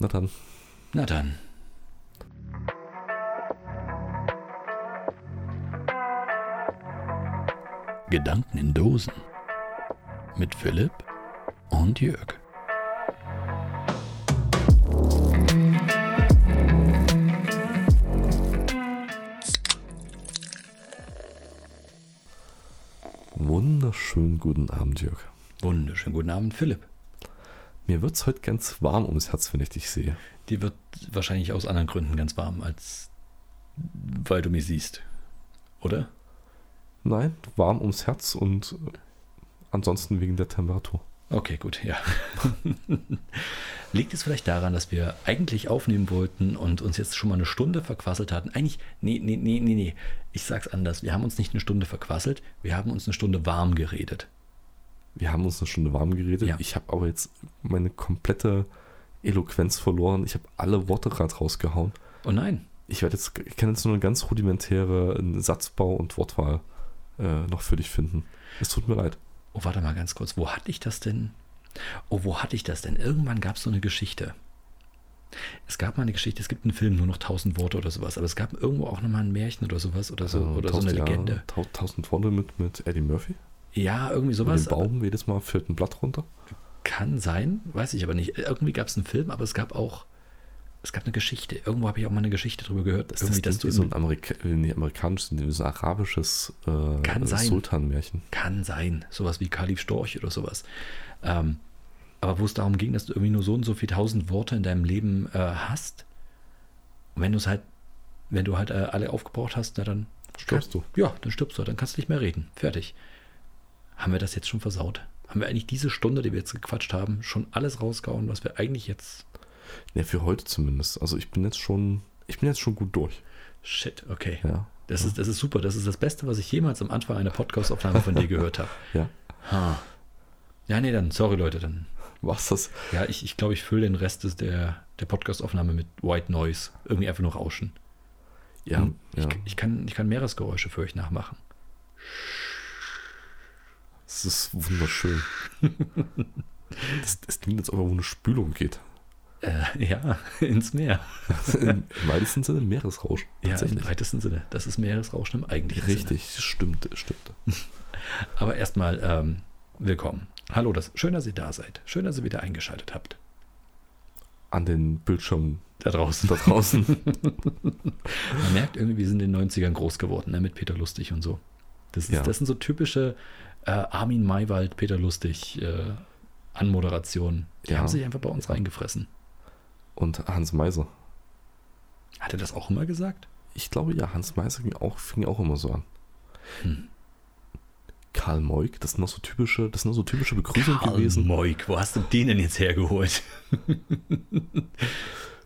Na dann. Na dann. Gedanken in Dosen mit Philipp und Jörg. Wunderschönen guten Abend, Jörg. Wunderschönen guten Abend, Philipp. Mir wird es heute ganz warm ums Herz, wenn ich dich sehe. Dir wird wahrscheinlich aus anderen Gründen ganz warm, als weil du mich siehst. Oder? Nein, warm ums Herz und äh, ansonsten wegen der Temperatur. Okay, gut, ja. Liegt es vielleicht daran, dass wir eigentlich aufnehmen wollten und uns jetzt schon mal eine Stunde verquasselt hatten? Eigentlich, nee, nee, nee, nee, nee. Ich sag's anders. Wir haben uns nicht eine Stunde verquasselt, wir haben uns eine Stunde warm geredet. Wir haben uns eine Stunde warm geredet. Ja. Ich habe aber jetzt meine komplette Eloquenz verloren. Ich habe alle Worte gerade rausgehauen. Oh nein. Ich werde jetzt, ich kann jetzt nur eine ganz rudimentäre äh, Satzbau und Wortwahl äh, noch für dich finden. Es tut mir leid. Oh, warte mal ganz kurz. Wo hatte ich das denn? Oh, wo hatte ich das denn? Irgendwann gab es so eine Geschichte. Es gab mal eine Geschichte, es gibt einen Film, nur noch 1000 Worte oder sowas, aber es gab irgendwo auch nochmal ein Märchen oder sowas oder so, Äh, Also, oder so eine tausend Jahre- Legende. tau- Tausend Worte mit, mit Eddie Murphy. Ja, irgendwie Mit sowas. dem Baum jedes Mal fällt ein Blatt runter. Kann sein, weiß ich aber nicht. Irgendwie gab es einen Film, aber es gab auch, es gab eine Geschichte. Irgendwo habe ich auch mal eine Geschichte drüber gehört. Ist irgendwie, das dass nicht so du im- ein Amerika äh, nee, amerikanisches, nee, so ein arabisches Kann äh, sein. Sultanmärchen? Kann sein, sowas wie Kalif Storch oder sowas. Ähm, aber wo es darum ging, dass du irgendwie nur so und so viel tausend Worte in deinem Leben äh, hast, und wenn du es halt, wenn du halt äh, alle aufgebraucht hast, na dann Stirbst du. Ja, dann stirbst du, dann kannst du nicht mehr reden. Fertig. Haben wir das jetzt schon versaut? Haben wir eigentlich diese Stunde, die wir jetzt gequatscht haben, schon alles rausgehauen, was wir eigentlich jetzt. Ne, für heute zumindest. Also ich bin jetzt schon, ich bin jetzt schon gut durch. Shit, okay. Ja. Das, ist, das ist super. Das ist das Beste, was ich jemals am Anfang einer Podcast-Aufnahme von dir gehört habe. Ja. Ha. Ja, nee, dann, sorry, Leute, dann Was das? Ja, ich glaube, ich, glaub, ich fülle den Rest des, der, der Podcast-Aufnahme mit White Noise. Irgendwie einfach nur Rauschen. Ja. Hm, ja. Ich, ich, kann, ich kann Meeresgeräusche für euch nachmachen. Es ist wunderschön. das, das klingt, als ob er wo eine Spülung geht. Äh, ja, ins Meer. Im weitesten Sinne Meeresrausch. Ja, im breitesten Sinne. Das ist Meeresrauschen im eigentlichen Richtig, stimmt, stimmt. Sinne. Aber erstmal ähm, willkommen. Hallo, das, schön, dass ihr da seid. Schön, dass ihr wieder eingeschaltet habt. An den Bildschirmen Da draußen. da draußen. Man merkt irgendwie, wir sind in den 90ern groß geworden, ne? mit Peter Lustig und so. Das, ist, Ja. das sind so typische äh, Armin Maywald, Peter Lustig äh, Anmoderationen. Die Ja. haben sich einfach bei uns reingefressen. Und Hans Meiser. Hat er das auch immer gesagt? Ich glaube ja, Hans Meiser ging auch, fing auch immer so an. Hm. Karl Moik, das sind noch so typische, das sind noch so typische Begrüßungen Karl gewesen. Moik, wo hast du den denn jetzt hergeholt?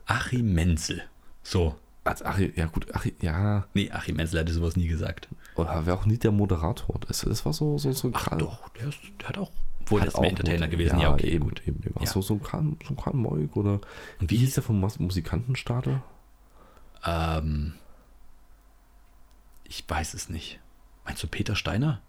Achim Menzel. So. Als Ari, ja gut, Ari, ja, Nee, Achim Menzel hätte sowas nie gesagt. oder wäre auch nie der Moderator. Es, es war so, so, so ein Karl. Doch, der, ist, der hat auch. Wohl, Hat der ist mehr Entertainer Mod- gewesen. Ja, okay, eben, gut. Eben, eben. Ach Ja. So, so ein Karl, so ein Karl Moik oder. Wie Und wie hieß der vom Mas- Musikantenstadler? Ähm, ich weiß es nicht. Meinst du Peter Steiner?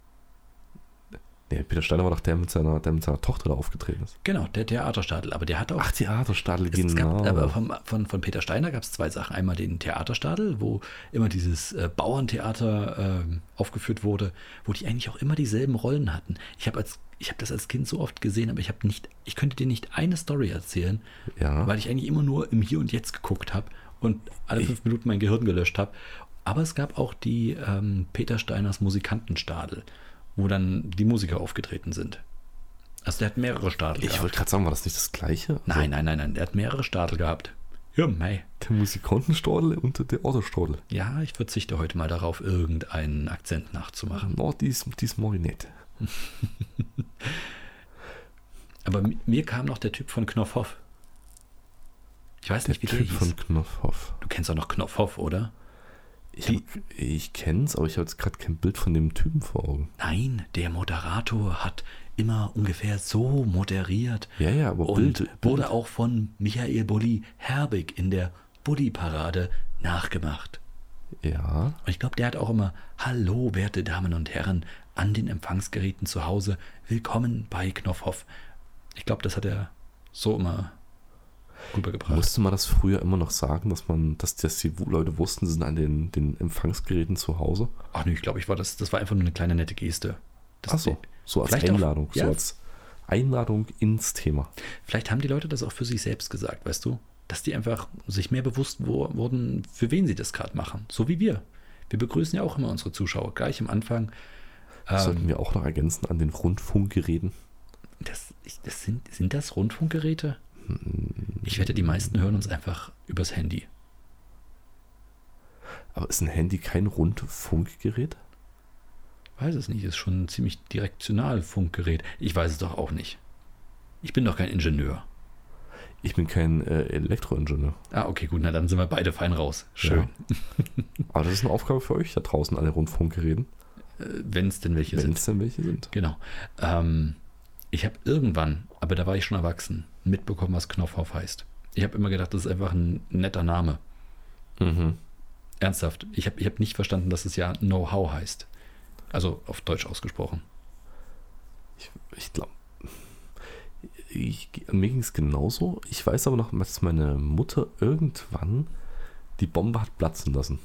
Nee, Peter Steiner war doch der mit seiner, der mit seiner Tochter da aufgetreten ist. Genau, der Theaterstadel. Aber der hat auch. Ach, Theaterstadler, Es, es genau. gab, aber von, von, von Peter Steiner gab es zwei Sachen. Einmal den Theaterstadel, wo immer dieses äh, Bauerntheater ähm, aufgeführt wurde, wo die eigentlich auch immer dieselben Rollen hatten. Ich habe hab das als Kind so oft gesehen, aber ich habe nicht, ich könnte dir nicht eine Story erzählen, Ja. weil ich eigentlich immer nur im Hier und Jetzt geguckt habe und alle fünf Minuten mein Gehirn gelöscht habe. Aber es gab auch die ähm, Peter Steiners Musikantenstadel, wo dann die Musiker aufgetreten sind. Also der hat mehrere Stadel ich wollte gerade sagen, war das nicht das gleiche? Also Nein, nein, nein, nein. Der hat mehrere Stadel gehabt. Ja, mei. Der Musikantenstadel und der Autostadel. Ja, ich verzichte heute mal darauf, irgendeinen Akzent nachzumachen. Na, dies, dies mache ich nicht. Aber mi- mir kam noch der Typ von Knopfhoff. Ich weiß nicht, wie der Typ hieß. von Knopfhoff. Du kennst doch noch Knopfhoff, oder? Ich, Die- hab- ich kenn's, aber ich habe jetzt gerade kein Bild von dem Typen vor Augen. Nein, der Moderator hat immer ungefähr so moderiert. Ja, ja, aber und Bild- wurde Bild- auch von Michael Bulli Herbig in der Bulli-Parade nachgemacht. Ja. Und ich glaube, der hat auch immer Hallo, werte Damen und Herren, an den Empfangsgeräten zu Hause. Willkommen bei Knopfhoff. Ich glaube, das hat er so immer rübergebracht. Musste man das früher immer noch sagen, dass man, dass, dass die Leute wussten, sie sind an den, den Empfangsgeräten zu Hause? Ach nee, ich glaube, ich war das, das war einfach nur eine kleine nette Geste. Das, Ach so, so als Vielleicht auch- Einladung, ja. so als Einladung ins Thema. Vielleicht haben die Leute das auch für sich selbst gesagt, weißt du? Dass die einfach sich mehr bewusst wo, wurden, für wen sie das gerade machen. So wie wir. Wir begrüßen ja auch immer unsere Zuschauer. Gleich am Anfang. Ähm, Sollten wir auch noch ergänzen an den Rundfunkgeräten? das, ich, das sind, sind das Rundfunkgeräte? Hm. Ich wette, die meisten hören uns einfach übers Handy. Aber ist ein Handy kein Rundfunkgerät? Weiß es nicht, ist schon ein ziemlich direktional Funkgerät. Ich weiß es doch auch nicht. Ich bin doch kein Ingenieur. Ich bin kein äh, Elektroingenieur. Ah, okay, gut, na dann sind wir beide fein raus. Schön. Aber das ist eine Aufgabe für euch da draußen an den Rundfunkgeräten, Äh, Wenn es denn welche wenn sind. es denn welche sind. Genau. Ähm, ich habe irgendwann, aber da war ich schon erwachsen, mitbekommen, was Knopfhoff heißt. Ich habe immer gedacht, das ist einfach ein netter Name. Mhm. Ernsthaft. Ich habe ich hab nicht verstanden, dass es ja Know-how heißt. Also auf Deutsch ausgesprochen. Ich glaube. Ich, mir ging es genauso. Ich weiß aber noch, dass meine Mutter irgendwann die Bombe hat platzen lassen.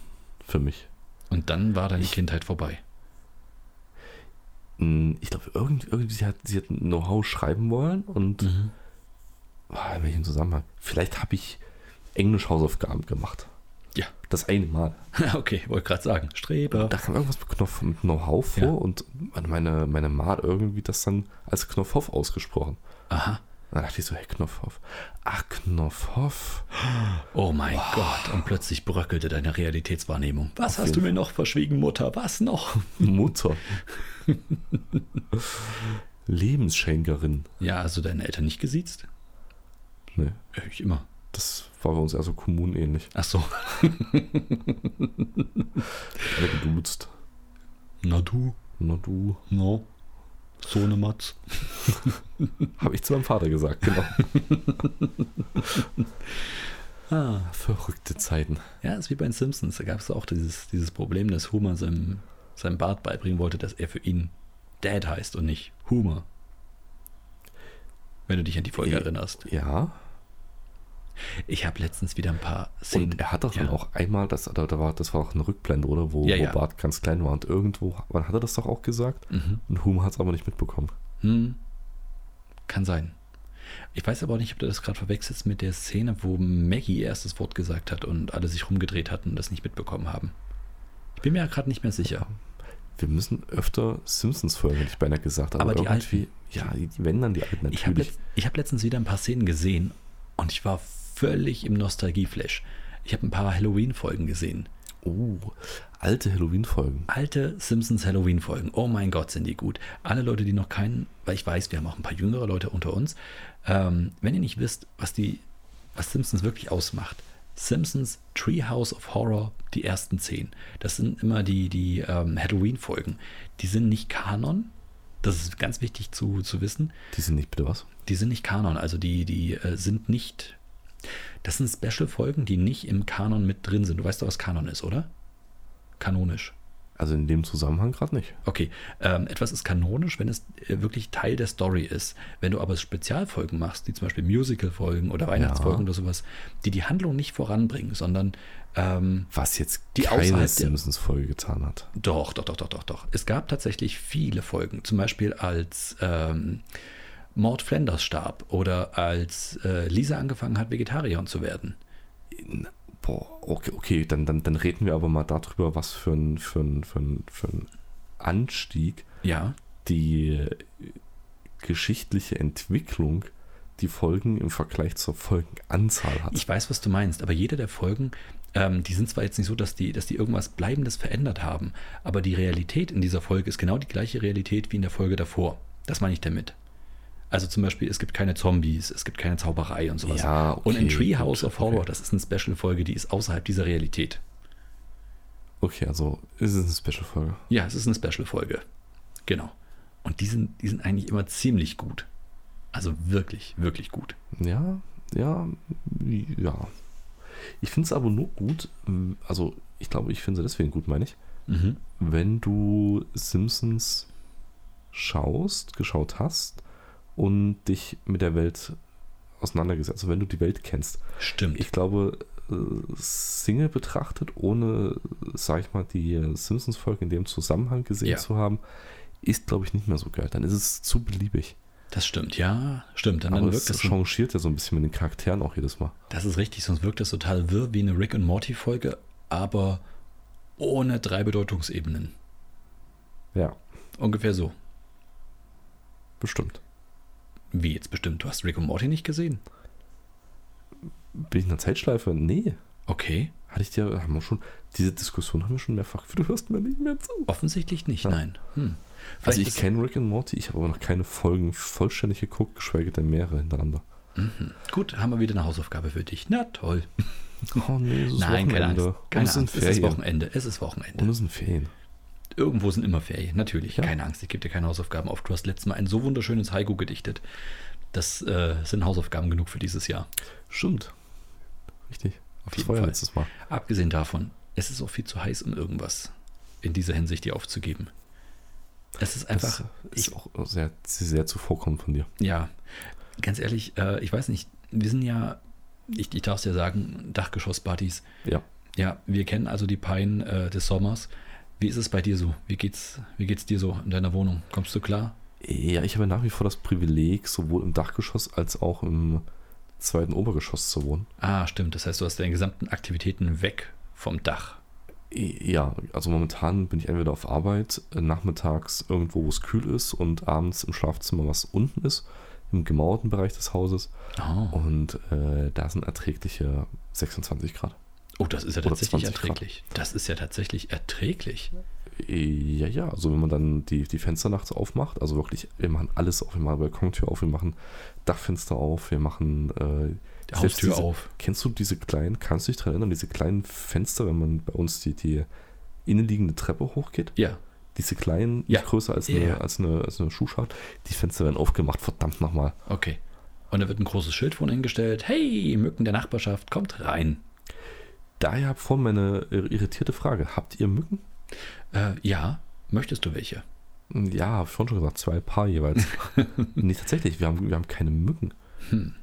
Für mich. Und dann war deine Kindheit vorbei. Mm, Ich glaube, irgendwie, irgendwie sie hat, sie hat Know-how schreiben wollen Mhm. und Ah, in welchem Zusammenhang? Vielleicht habe ich Englisch-Hausaufgaben gemacht. Ja. Das eine Mal. okay, wollte gerade sagen. Streber. Da kam irgendwas mit, Knopf, mit Know-how vor Ja. und meine, meine Ma hat irgendwie das dann als Knopfhoff ausgesprochen. Aha. Da dachte ich so, hey, Knopfhoff. Ach, Knopfhoff. Oh mein Gott. Und plötzlich bröckelte deine Realitätswahrnehmung. Was hast jeden du mir noch verschwiegen, Mutter? Was noch? Mutter. Lebensschenkerin. Ja, also deine Eltern nicht gesiezt? Nee, Hör Ich immer. das war bei uns eher so kommunähnlich. Ach so. Alle geduzt. Na du. Na du. No. So eine Matz. Habe ich zu meinem Vater gesagt, genau. Ah. Verrückte Zeiten. Ja, ist wie bei den Simpsons. Da gab es auch dieses, dieses Problem, dass Homer seinem, seinem Bart beibringen wollte, dass er für ihn Dad heißt und nicht Homer. Wenn du dich an die Folge Ja. erinnerst. Ja, Ich habe letztens wieder ein paar Und er hat doch dann Ja. auch einmal, das, da da war, das war auch eine Rückblende, oder? Wo, Ja, wo ja. Bart ganz klein war und irgendwo, wann hat er das doch auch gesagt? Mhm. Und Hume hat es aber nicht mitbekommen. Hm. Kann sein. Ich weiß aber auch nicht, ob du das gerade verwechselst mit der Szene, wo Maggie ihr erstes Wort gesagt hat und alle sich rumgedreht hatten und das nicht mitbekommen haben. Ich bin mir ja gerade nicht mehr sicher. Wir müssen öfter Simpsons folgen, hätte ich beinahe gesagt. Aber die irgendwie, ja, die- wenn dann die alten Ich habe natürlich. letzt, ich hab letztens wieder ein paar Szenen gesehen und ich war völlig im Nostalgieflash. Ich habe ein paar Halloween-Folgen gesehen. oh, alte Halloween-Folgen. Alte Simpsons Halloween-Folgen. Oh mein Gott, sind die gut. Alle Leute, die noch keinen, weil ich weiß, wir haben auch ein paar jüngere Leute unter uns. Ähm, wenn ihr nicht wisst, was die, was Simpsons wirklich ausmacht. Simpsons Treehouse of Horror, die ersten zehn. Das sind immer die, die ähm, Halloween-Folgen. Die sind nicht Kanon. Das ist ganz wichtig zu, zu wissen. Die sind nicht bitte was? Die sind nicht Kanon, also die, die äh, sind nicht. Das sind Special-Folgen, die nicht im Kanon mit drin sind. Du weißt doch, was Kanon ist, oder? Kanonisch. Also in dem Zusammenhang gerade nicht. Okay, ähm, etwas ist kanonisch, wenn es äh, wirklich Teil der Story ist. Wenn du aber Spezialfolgen machst, die zum Beispiel Musical-Folgen oder Weihnachtsfolgen oder sowas, die die Handlung nicht voranbringen, sondern ähm, Was jetzt Die außerhalb keine der- Simpsons-Folge getan hat. Doch, doch, doch, doch, doch, doch. Es gab tatsächlich viele Folgen. Zum Beispiel als ähm, Maud Flanders starb oder als äh, Lisa angefangen hat, Vegetarier zu werden. Boah, okay, okay, dann, dann, dann reden wir aber mal darüber, was für ein, für ein, für ein, für ein Anstieg Ja, die äh, geschichtliche Entwicklung die Folgen im Vergleich zur Folgenanzahl hat. ich weiß, was du meinst, aber jede der Folgen, ähm, die sind zwar jetzt nicht so, dass die, dass die irgendwas Bleibendes verändert haben, aber die Realität in dieser Folge ist genau die gleiche Realität wie in der Folge davor. Das meine ich damit. Also zum Beispiel, es gibt keine Zombies, es gibt keine Zauberei und sowas. Ja, okay, und in Treehouse gut, of Horror, okay. das ist eine Special-Folge, die ist außerhalb dieser Realität. Okay, also es ist eine Special-Folge. Ja, es ist eine Special-Folge. Genau. Und die sind, die sind eigentlich immer ziemlich gut. Also wirklich, wirklich gut. Ja, ja, ja. Ich finde es aber nur gut, ähm, also ich glaube, ich finde sie deswegen gut, meine ich, Mhm. wenn du Simpsons schaust, geschaut hast und dich mit der Welt auseinandergesetzt, also wenn du die Welt kennst. Stimmt. Ich glaube, äh, Single betrachtet, ohne, sag ich mal, die Simpsons-Folge in dem Zusammenhang gesehen Ja. zu haben, ist, glaube ich, nicht mehr so geil. Dann ist es zu beliebig. das stimmt, ja. Stimmt. Dann, Aber dann es wirkt das das so changiert ja so ein bisschen mit den Charakteren auch jedes Mal. Das ist richtig, sonst wirkt das total wirr wie eine Rick und Morty Folge, aber ohne drei Bedeutungsebenen. Ja, Ungefähr so. bestimmt. Wie jetzt bestimmt, du hast Rick und Morty nicht gesehen? Bin ich in der Zeitschleife? Nee. Okay, Hatte ich dir, haben wir schon, diese Diskussion haben wir schon mehrfach. Du hörst mir nicht mehr zu. offensichtlich nicht, Ja. nein. Also Hm. Vielleicht ich ist- kenne Rick and Morty, ich habe aber noch keine Folgen vollständig geguckt, geschweige denn mehrere hintereinander. Gut, haben wir wieder eine Hausaufgabe für dich. Na toll. Oh nee, es ist Nein, keine Wochenende. Angst. Keine und es sind Angst. Es ist Ferien. Wochenende. Es ist Wochenende. Und es sind Ferien. Irgendwo sind immer Ferien, natürlich. Ja. Keine Angst, ich gebe dir keine Hausaufgaben auf. Du hast letztes Mal ein so wunderschönes Haiku gedichtet. Das äh, sind Hausaufgaben genug für dieses Jahr. Stimmt. Richtig. Auf das jeden war ja Fall. letztes Mal. Abgesehen davon, es ist auch viel zu heiß, um irgendwas in dieser Hinsicht dir aufzugeben. Es ist einfach, Das ist auch sehr, sehr zuvorkommend von dir. ja, ganz ehrlich, äh, ich weiß nicht, wir sind ja, ich, ich darf es ja sagen, Dachgeschosspartys. Ja. Ja, wir kennen also die Pein äh, des Sommers. Wie ist es bei dir so? Wie geht's, wie geht's dir so in deiner Wohnung? Kommst du klar? Ja, ich habe nach wie vor das Privileg, sowohl im Dachgeschoss als auch im zweiten Obergeschoss zu wohnen. Ah, stimmt. Das heißt, du hast deine gesamten Aktivitäten weg vom Dach. Ja, also momentan bin ich entweder auf Arbeit, äh, nachmittags irgendwo, wo es kühl ist und abends im Schlafzimmer, was unten ist, im gemauerten Bereich des Hauses. Oh, Und äh, da sind erträgliche 26 Grad. oh das ist ja Oder tatsächlich 20 Grad. erträglich. Das ist ja tatsächlich erträglich. Ja, ja, also wenn man dann die, die Fenster nachts aufmacht, also wirklich, wir machen alles auf, wir machen Balkontür auf, wir machen Dachfenster auf, wir machen, äh, Die Selbst Haustür diese- auf. kennst du diese kleinen, kannst du dich dran erinnern, diese kleinen Fenster, wenn man bei uns die, die innenliegende Treppe hochgeht, Ja, diese kleinen, nicht Ja. größer als Ja, eine, ja. Als eine, als eine Schuhschachtel, die Fenster werden aufgemacht, verdammt nochmal. Okay. Und da wird ein großes Schild vorne hingestellt. Hey, Mücken der Nachbarschaft, kommt rein. Daher habe vorhin meine irritierte Frage, habt ihr Mücken? Äh, ja, möchtest du welche? Ja, habe ich vorhin schon gesagt, zwei Paar jeweils. nee, tatsächlich, wir haben, wir haben keine Mücken. Hm.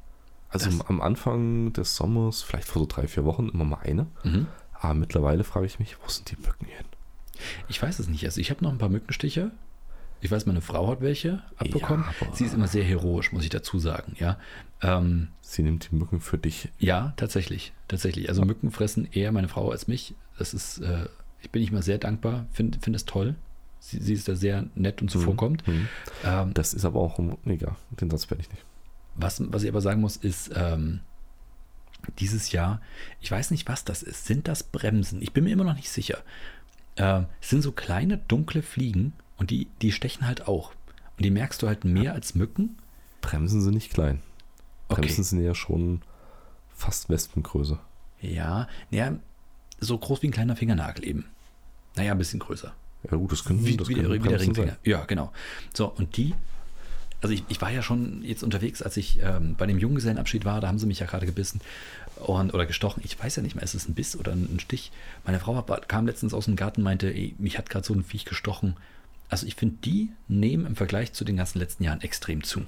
Also Das- am- am Anfang des Sommers, vielleicht vor so drei, vier Wochen, immer mal eine. Mhm. Aber mittlerweile frage ich mich, wo sind die Mücken hin? Ich weiß es nicht. Also ich habe noch ein paar Mückenstiche. Ich weiß, meine Frau hat welche abbekommen. Ja, aber- Sie ist immer sehr heroisch, muss ich dazu sagen. Ja, ähm, Sie nimmt die Mücken für dich. ja tatsächlich. Tatsächlich. Also Mücken fressen eher meine Frau als mich. Das ist, äh, ich bin ich mal sehr dankbar, finde find es toll. Sie, sie ist da sehr nett und zuvorkommt. Mhm. Ähm, Das ist aber auch, um- egal, den Satz werde ich nicht. Was, was ich aber sagen muss, ist, ähm, dieses Jahr, ich weiß nicht, was das ist. Sind das Bremsen? Ich bin mir immer noch nicht sicher. Ähm, es sind so kleine, dunkle Fliegen und die, die stechen halt auch. Und die merkst du halt mehr als Mücken. Bremsen sind nicht klein. Okay. Bremsen sind ja schon fast Wespengröße. Ja, naja, so groß wie ein kleiner Fingernagel eben. Naja, ein bisschen größer. Ja gut, das können, Wie, das wie, können der, wie der Bremsen sein. Ringfinger. Ja, genau. So, und die, also ich, ich war ja schon jetzt unterwegs, als ich ähm, bei dem Junggesellenabschied war, da haben sie mich ja gerade gebissen und, oder gestochen. Ich weiß ja nicht mehr, ist es ein Biss oder ein ein Stich? Meine Frau war- kam letztens aus dem Garten, meinte, ey, mich hat gerade so ein Viech gestochen. Also ich finde, die nehmen im Vergleich zu den ganzen letzten Jahren extrem zu.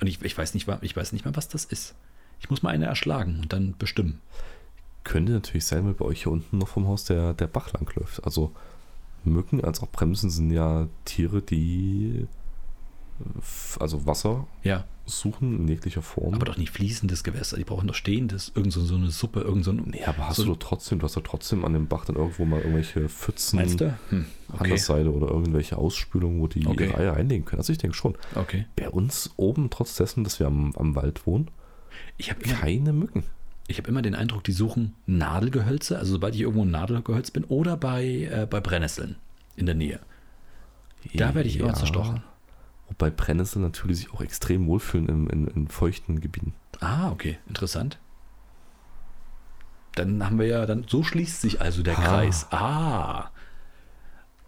Und ich, ich weiß nicht, wa- ich weiß nicht mal, was das ist. Ich muss mal eine erschlagen und dann bestimmen. Könnte natürlich sein, weil bei euch hier unten noch vom Haus der, der Bach langläuft. Also Mücken als auch Bremsen sind ja Tiere, die äh, f- also Wasser Ja, suchen in jeglicher Form. aber doch nicht fließendes Gewässer. Die brauchen doch stehendes, irgend so, so eine Suppe, irgend so ein nee, aber hast so- du doch trotzdem, du hast doch trotzdem an dem Bach dann irgendwo mal irgendwelche Pfützen, Meinst du? Hm, okay. Andersseite oder irgendwelche Ausspülungen, wo die Okay. ihre Eier einlegen können. Also ich denke schon. okay. Bei uns oben, trotz dessen, dass wir am, am Wald wohnen, Ich habe immer, keine Mücken. ich hab immer den Eindruck, die suchen Nadelgehölze, also sobald ich irgendwo ein Nadelgehölz bin, oder bei, äh, bei Brennnesseln in der Nähe. Da werde ich immer Ja. zerstochen. Wobei Brennnesseln natürlich sich auch extrem wohlfühlen in, in, in feuchten Gebieten. Ah, okay, interessant. Dann haben wir ja, dann so schließt sich also der Ah. Kreis. Ah.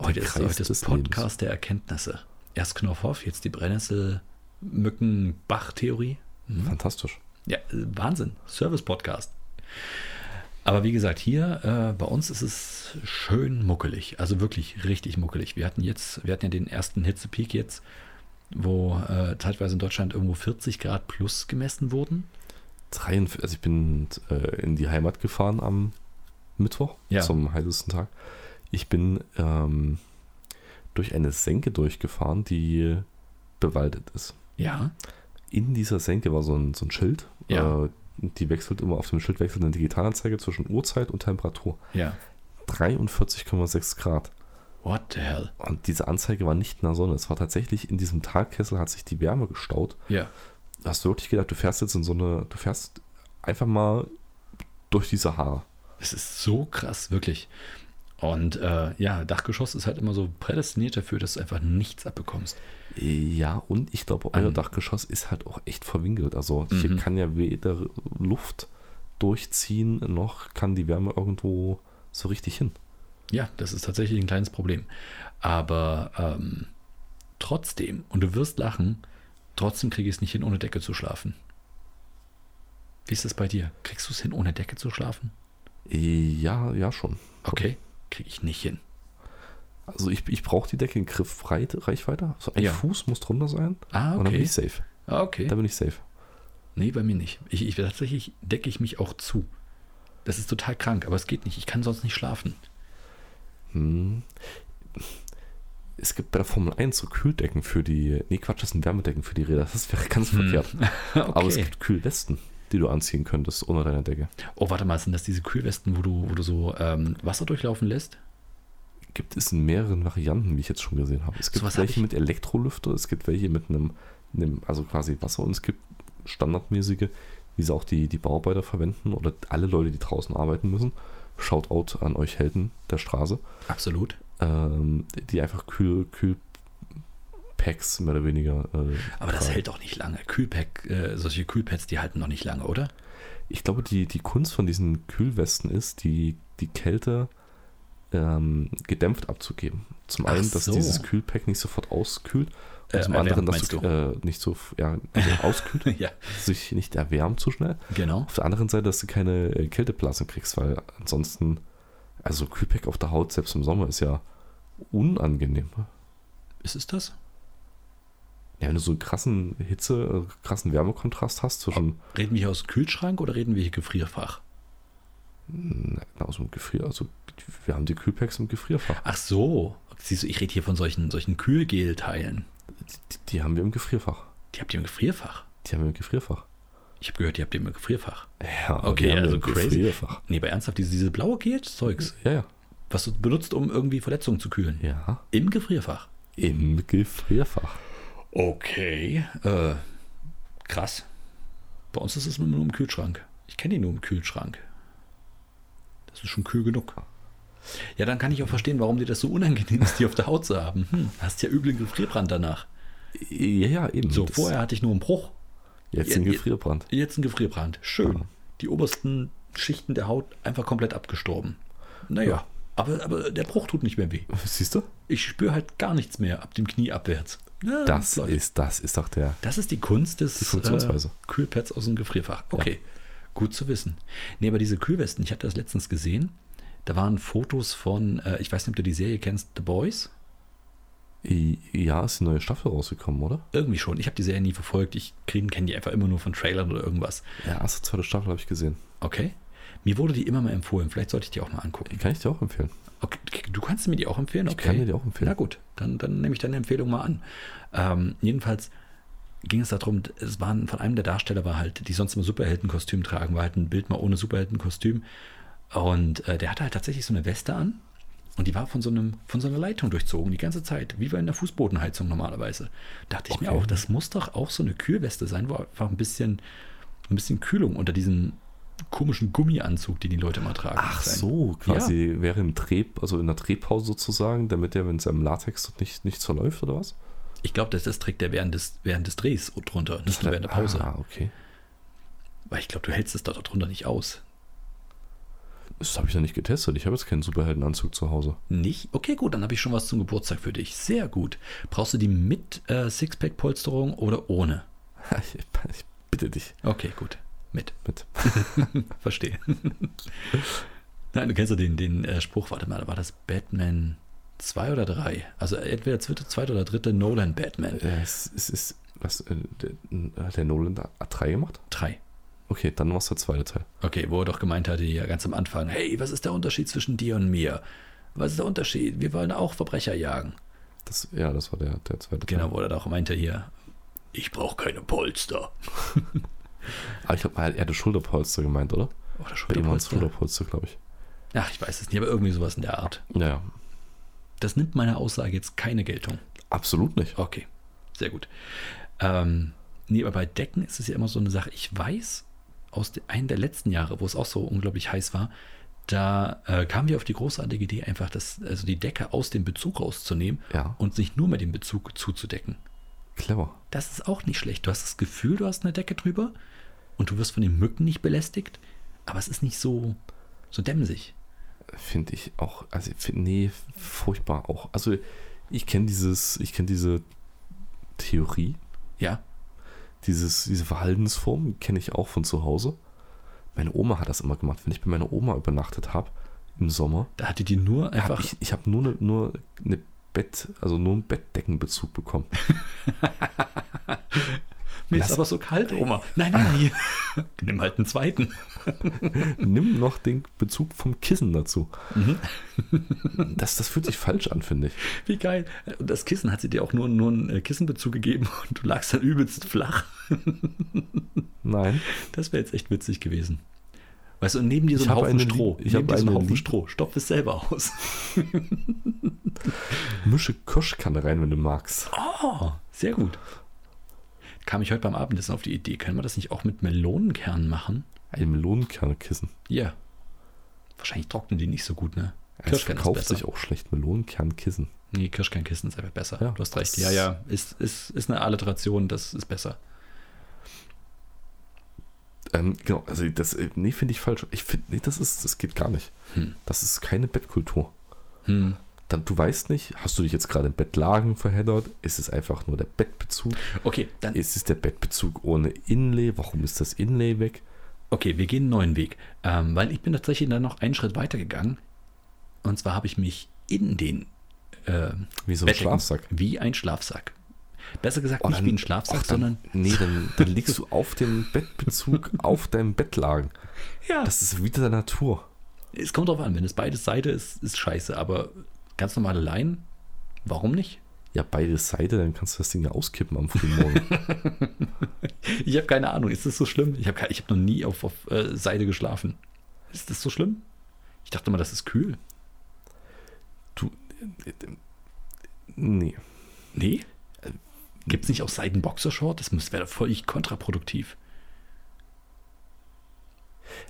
Heute ist Kreis heute des das Podcast der Erkenntnisse. Erst Knopfhoff, jetzt die Brennnessel-Mücken-Bach-Theorie. Fantastisch. Ja, äh, Wahnsinn. Service-Podcast. Aber wie gesagt, hier äh, bei uns ist es schön muckelig. Also wirklich richtig muckelig. Wir hatten jetzt, wir hatten ja den ersten Hitzepeak jetzt. wo äh, zeitweise in Deutschland irgendwo 40 Grad plus gemessen wurden. 43, also ich bin äh, in die Heimat gefahren am Mittwoch, Ja. zum heißesten Tag. Ich bin ähm, durch eine Senke durchgefahren, die bewaldet ist. Ja, In dieser Senke war so ein, so ein Schild. Ja. Äh, die wechselt immer auf dem Schild wechselt eine Digitalanzeige zwischen Uhrzeit und Temperatur. ja. 43,6 Grad. What the hell? Und diese Anzeige war nicht in der Sonne. Es war tatsächlich in diesem Talkessel hat sich die Wärme gestaut. Ja. Hast du wirklich gedacht, du fährst jetzt in so eine, du fährst einfach mal durch die Sahara. Es ist so krass, wirklich. Und äh, ja, Dachgeschoss ist halt immer so prädestiniert dafür, dass du einfach nichts abbekommst. Ja, und ich glaube, euer Ähm. Dachgeschoss ist halt auch echt verwinkelt. Also Mhm. hier kann ja weder Luft durchziehen, noch kann die Wärme irgendwo so richtig hin. Ja, das ist tatsächlich ein kleines Problem. Aber ähm, trotzdem, und du wirst lachen, trotzdem kriege ich es nicht hin, ohne Decke zu schlafen. Wie ist das bei dir? Kriegst du es hin, ohne Decke zu schlafen? Ja, ja schon. Okay, kriege ich nicht hin. Also ich, ich brauche die Decke in Griffreichweite. Reichweite. So ein Ja. Fuß muss drunter sein. Ah, Und dann bin okay. ich safe. Ah, okay. Da bin ich safe. Nee, bei mir nicht. Ich, ich, tatsächlich decke ich mich auch zu. Das ist total krank, aber es geht nicht. Ich kann sonst nicht schlafen. Hm. Es gibt bei der Formel 1 so Kühldecken für die. Nee, Quatsch, das sind Wärmedecken für die Räder. Das wäre ganz verkehrt. Aber es Hm, Okay. gibt Kühlwesten, die du anziehen könntest ohne deine Decke. Oh, warte mal, sind das diese Kühlwesten, wo du, wo du so ähm, Wasser durchlaufen lässt? Gibt es in mehreren Varianten, wie ich jetzt schon gesehen habe. Es gibt Sowas hab welche ich- mit Elektrolüfter, es gibt welche mit einem, einem, also quasi Wasser und es gibt standardmäßige, wie sie auch die, die Bauarbeiter verwenden oder alle Leute, die draußen arbeiten müssen. Shoutout an euch Helden der Straße. Absolut. ähm, die einfach Kühl, Kühlpacks mehr oder weniger. Äh, Aber das tragen. hält auch nicht lange. Kühlpack, äh, solche Kühlpads, die halten noch nicht lange, oder? Ich glaube, die, die Kunst von diesen Kühlwesten ist, die, die Kälte ähm, gedämpft abzugeben. Zum Ach einen, dass so. dieses Kühlpack nicht sofort auskühlt und Äh, zum anderen, erwärmt, dass du, Äh, nicht so ja, also auskühlt, ja, sich nicht erwärmt zu schnell. genau. Auf der anderen Seite, dass du keine äh, Kälteblasen kriegst, weil ansonsten, also Kühlpack auf der Haut, selbst im Sommer, ist ja unangenehm. ne? Ist es das? Ja, wenn du so einen krassen Hitze, äh, krassen Wärmekontrast hast zwischen Reden wir hier aus dem Kühlschrank oder reden wir hier Gefrierfach? Hm, na, aus dem Gefrier, also die- wir haben die Kühlpacks im Gefrierfach. Ach so. Siehst du, ich rede hier von solchen, solchen Kühlgelteilen. Die, die haben wir im Gefrierfach. Die habt ihr im Gefrierfach. Die haben wir im Gefrierfach. Ich habe gehört, die habt ihr im Gefrierfach. Ja, aber Okay, die haben wir also im crazy. Gefrierfach. Nee, bei ernsthaft, diese, diese blaue Gel-Zeugs, Ja, ja. was du benutzt, um irgendwie Verletzungen zu kühlen. Ja, Im Gefrierfach. im Gefrierfach. Okay. Äh, krass. Bei uns ist es nur im Kühlschrank. Ich kenne die nur im Kühlschrank. Das ist schon kühl genug. Ja, dann kann ich auch verstehen, warum dir das so unangenehm ist, die auf der Haut zu haben. Hm, hast ja üblen Gefrierbrand danach. Ja, ja, eben. So, Das- vorher hatte ich nur einen Bruch, Jetzt Ja, den ja. Gefrierbrand. jetzt einen Gefrierbrand. Schön. Die obersten Schichten der Haut einfach komplett abgestorben. Naja, Ja. aber, aber der Bruch tut nicht mehr weh. Siehst du? Ich spüre halt gar nichts mehr ab dem Knie abwärts. Ja, Das läuft. ist, das ist doch der. Das ist die Kunst des Funktionsweise. Äh, Kühlpads aus dem Gefrierfach. Okay, gut zu wissen. Nee, aber diese Kühlwesten, ich hatte das letztens gesehen. Da waren Fotos von, äh, ich weiß nicht, ob du die Serie kennst, The Boys. Ja, ist die neue Staffel rausgekommen, oder? Irgendwie schon. Ich habe die Serie nie verfolgt. Ich kenne die einfach immer nur von Trailern oder irgendwas. Ja, erste, zweite Staffel habe ich gesehen. Okay. Mir wurde die immer mal empfohlen. Vielleicht sollte ich die auch mal angucken. Kann ich dir auch empfehlen. Okay, du kannst mir die auch empfehlen? Okay. kann dir die auch empfehlen. Na gut, dann, dann nehme ich deine Empfehlung mal an. Ähm, jedenfalls ging es darum, es waren von einem der Darsteller war halt, die sonst immer Superheldenkostüm tragen, war halt ein Bild mal ohne Superheldenkostüm. Und äh, der hatte halt tatsächlich so eine Weste an und die war von so einem, von so einer Leitung durchzogen, die ganze Zeit, wie bei einer Fußbodenheizung normalerweise. Dachte ich mir Okay. auch, das muss doch auch so eine Kühlweste sein, wo einfach ein bisschen, ein bisschen Kühlung unter diesem komischen Gummianzug, den die Leute mal tragen. Ach sein. so, quasi wäre im Dreh, also in der Drehpause sozusagen, damit der, wenn es am Latex dort nicht, nicht verläuft oder was? Ich glaube, das, das trägt er während des, während des Drehs drunter, nicht nur während der Pause. Ah, okay. Weil ich glaube, du hältst es da drunter nicht aus. Das habe ich noch nicht getestet. Ich habe jetzt keinen Superheldenanzug zu Hause. Nicht? Okay, gut, dann habe ich schon was zum Geburtstag für dich. Sehr gut. Brauchst du die mit äh, Sixpack-Polsterung oder ohne? Ich, ich bitte dich Okay, gut. Mit. mit. Verstehe. Nein, du kennst ja den, den äh, Spruch, warte mal, war das Batman Zwei oder drei. Also entweder zweite, zweite oder dritte Nolan Batman. Äh, es, es ist, was, äh, der, hat der Nolan da drei gemacht? Drei. Okay, dann war es der zweite Teil. Okay, wo er doch gemeint hatte, ja ganz am Anfang, hey, was ist der Unterschied zwischen dir und mir? Was ist der Unterschied? Wir wollen auch Verbrecher jagen. Das, ja, das war der, der zweite Genau, wo er doch meinte hier, ich brauche keine Polster. Teil. Aber ich glaube, er hatte Schulterpolster gemeint, oder? Oder Bei ihm waren es Schulterpolster. Schulterpolster, glaube ich. Ach, ich weiß es nicht, aber irgendwie sowas in der Art. Naja, Das nimmt meiner Aussage jetzt keine Geltung. absolut nicht. Okay, sehr gut. Ähm, nee, aber bei Decken ist es ja immer so eine Sache. Ich weiß, aus de- einem der letzten Jahre, wo es auch so unglaublich heiß war, da äh, kamen wir auf die großartige Idee, einfach das, also die Decke aus dem Bezug rauszunehmen Ja. und sich nur mit dem Bezug zuzudecken. Clever. Das ist auch nicht schlecht. Du hast das Gefühl, du hast eine Decke drüber und du wirst von den Mücken nicht belästigt, aber es ist nicht so, so dämsig. Finde ich auch, also find, nee, furchtbar auch. Also ich kenne dieses, ich kenne diese Theorie, Ja, dieses, diese Verhaltensform kenne ich auch von zu Hause. Meine Oma hat das immer gemacht. Wenn ich bei meiner Oma übernachtet habe im Sommer, da hatte die nur hab einfach. ich, ich habe nur eine nur ne Bett, also nur einen Bettdeckenbezug bekommen. Mir Lass- ist aber so kalt, Oma. Nein, nein, nein. Nimm halt einen zweiten. Nimm noch den Bezug vom Kissen dazu. Mhm. das, das fühlt sich falsch an, finde ich. Wie geil. Und das Kissen hat sie dir auch nur, nur einen äh, Kissenbezug gegeben und du lagst dann übelst flach. Nein. Das wäre jetzt echt witzig gewesen. Weißt du, und neben dir so Ich ein habe Haufen eine Lie- Stroh. ich neben habe dir so eine einen Haufen Lie- Stroh. Stopf es selber aus. Mische Kirschkanne rein, wenn du magst. Oh, sehr gut. Kam ich heute beim Abendessen auf die Idee, können wir das nicht auch mit Melonenkernen machen? Ein Melonenkernekissen. Ja. Wahrscheinlich trocknen die nicht so gut, ne? Es ist verkauft besser. sich auch schlecht. Melonenkernekissen. Nee, Kirschkernkissen ist einfach besser. Ja, du hast recht. das- Ja, ja, ist, ist, ist eine Alliteration, das ist besser. Ähm, genau, also das, äh, nee, finde ich falsch. Ich finde, nee, das ist, das geht gar nicht. Hm. Das ist keine Bettkultur. Hm. Dann, du weißt nicht, hast du dich jetzt gerade im Bettlagen verheddert? Ist es einfach nur der Bettbezug? Okay, dann Ist es der Bettbezug ohne Inlay? Warum ist das Inlay weg? Okay, wir gehen einen neuen Weg. Ähm, weil ich bin tatsächlich dann noch einen Schritt weiter gegangen. Und zwar habe ich mich in den ähm, Wie so ein Bettdecken- Schlafsack. Wie ein Schlafsack. Besser gesagt, Oh, nicht dann- wie ein Schlafsack, ach, dann, sondern. Nee, dann, dann liegst du auf dem Bettbezug, auf deinem Bettlagen. Ja, Das ist wieder der Natur. es kommt drauf an, wenn es beides Seite ist, ist scheiße. Aber ganz normale Laien, warum nicht? Ja, beide Seiten, dann kannst du das Ding ja auskippen am frühen Morgen. Ich habe keine Ahnung, ist das so schlimm? Ich habe ke- ich habe noch nie auf, auf äh, Seide geschlafen. Ist das so schlimm? Ich dachte mal, das ist kühl. Du. äh, äh, Nee. Nee? Gibt es Äh, nicht auch Seiden-Boxershort? Das muss- wäre doch völlig kontraproduktiv.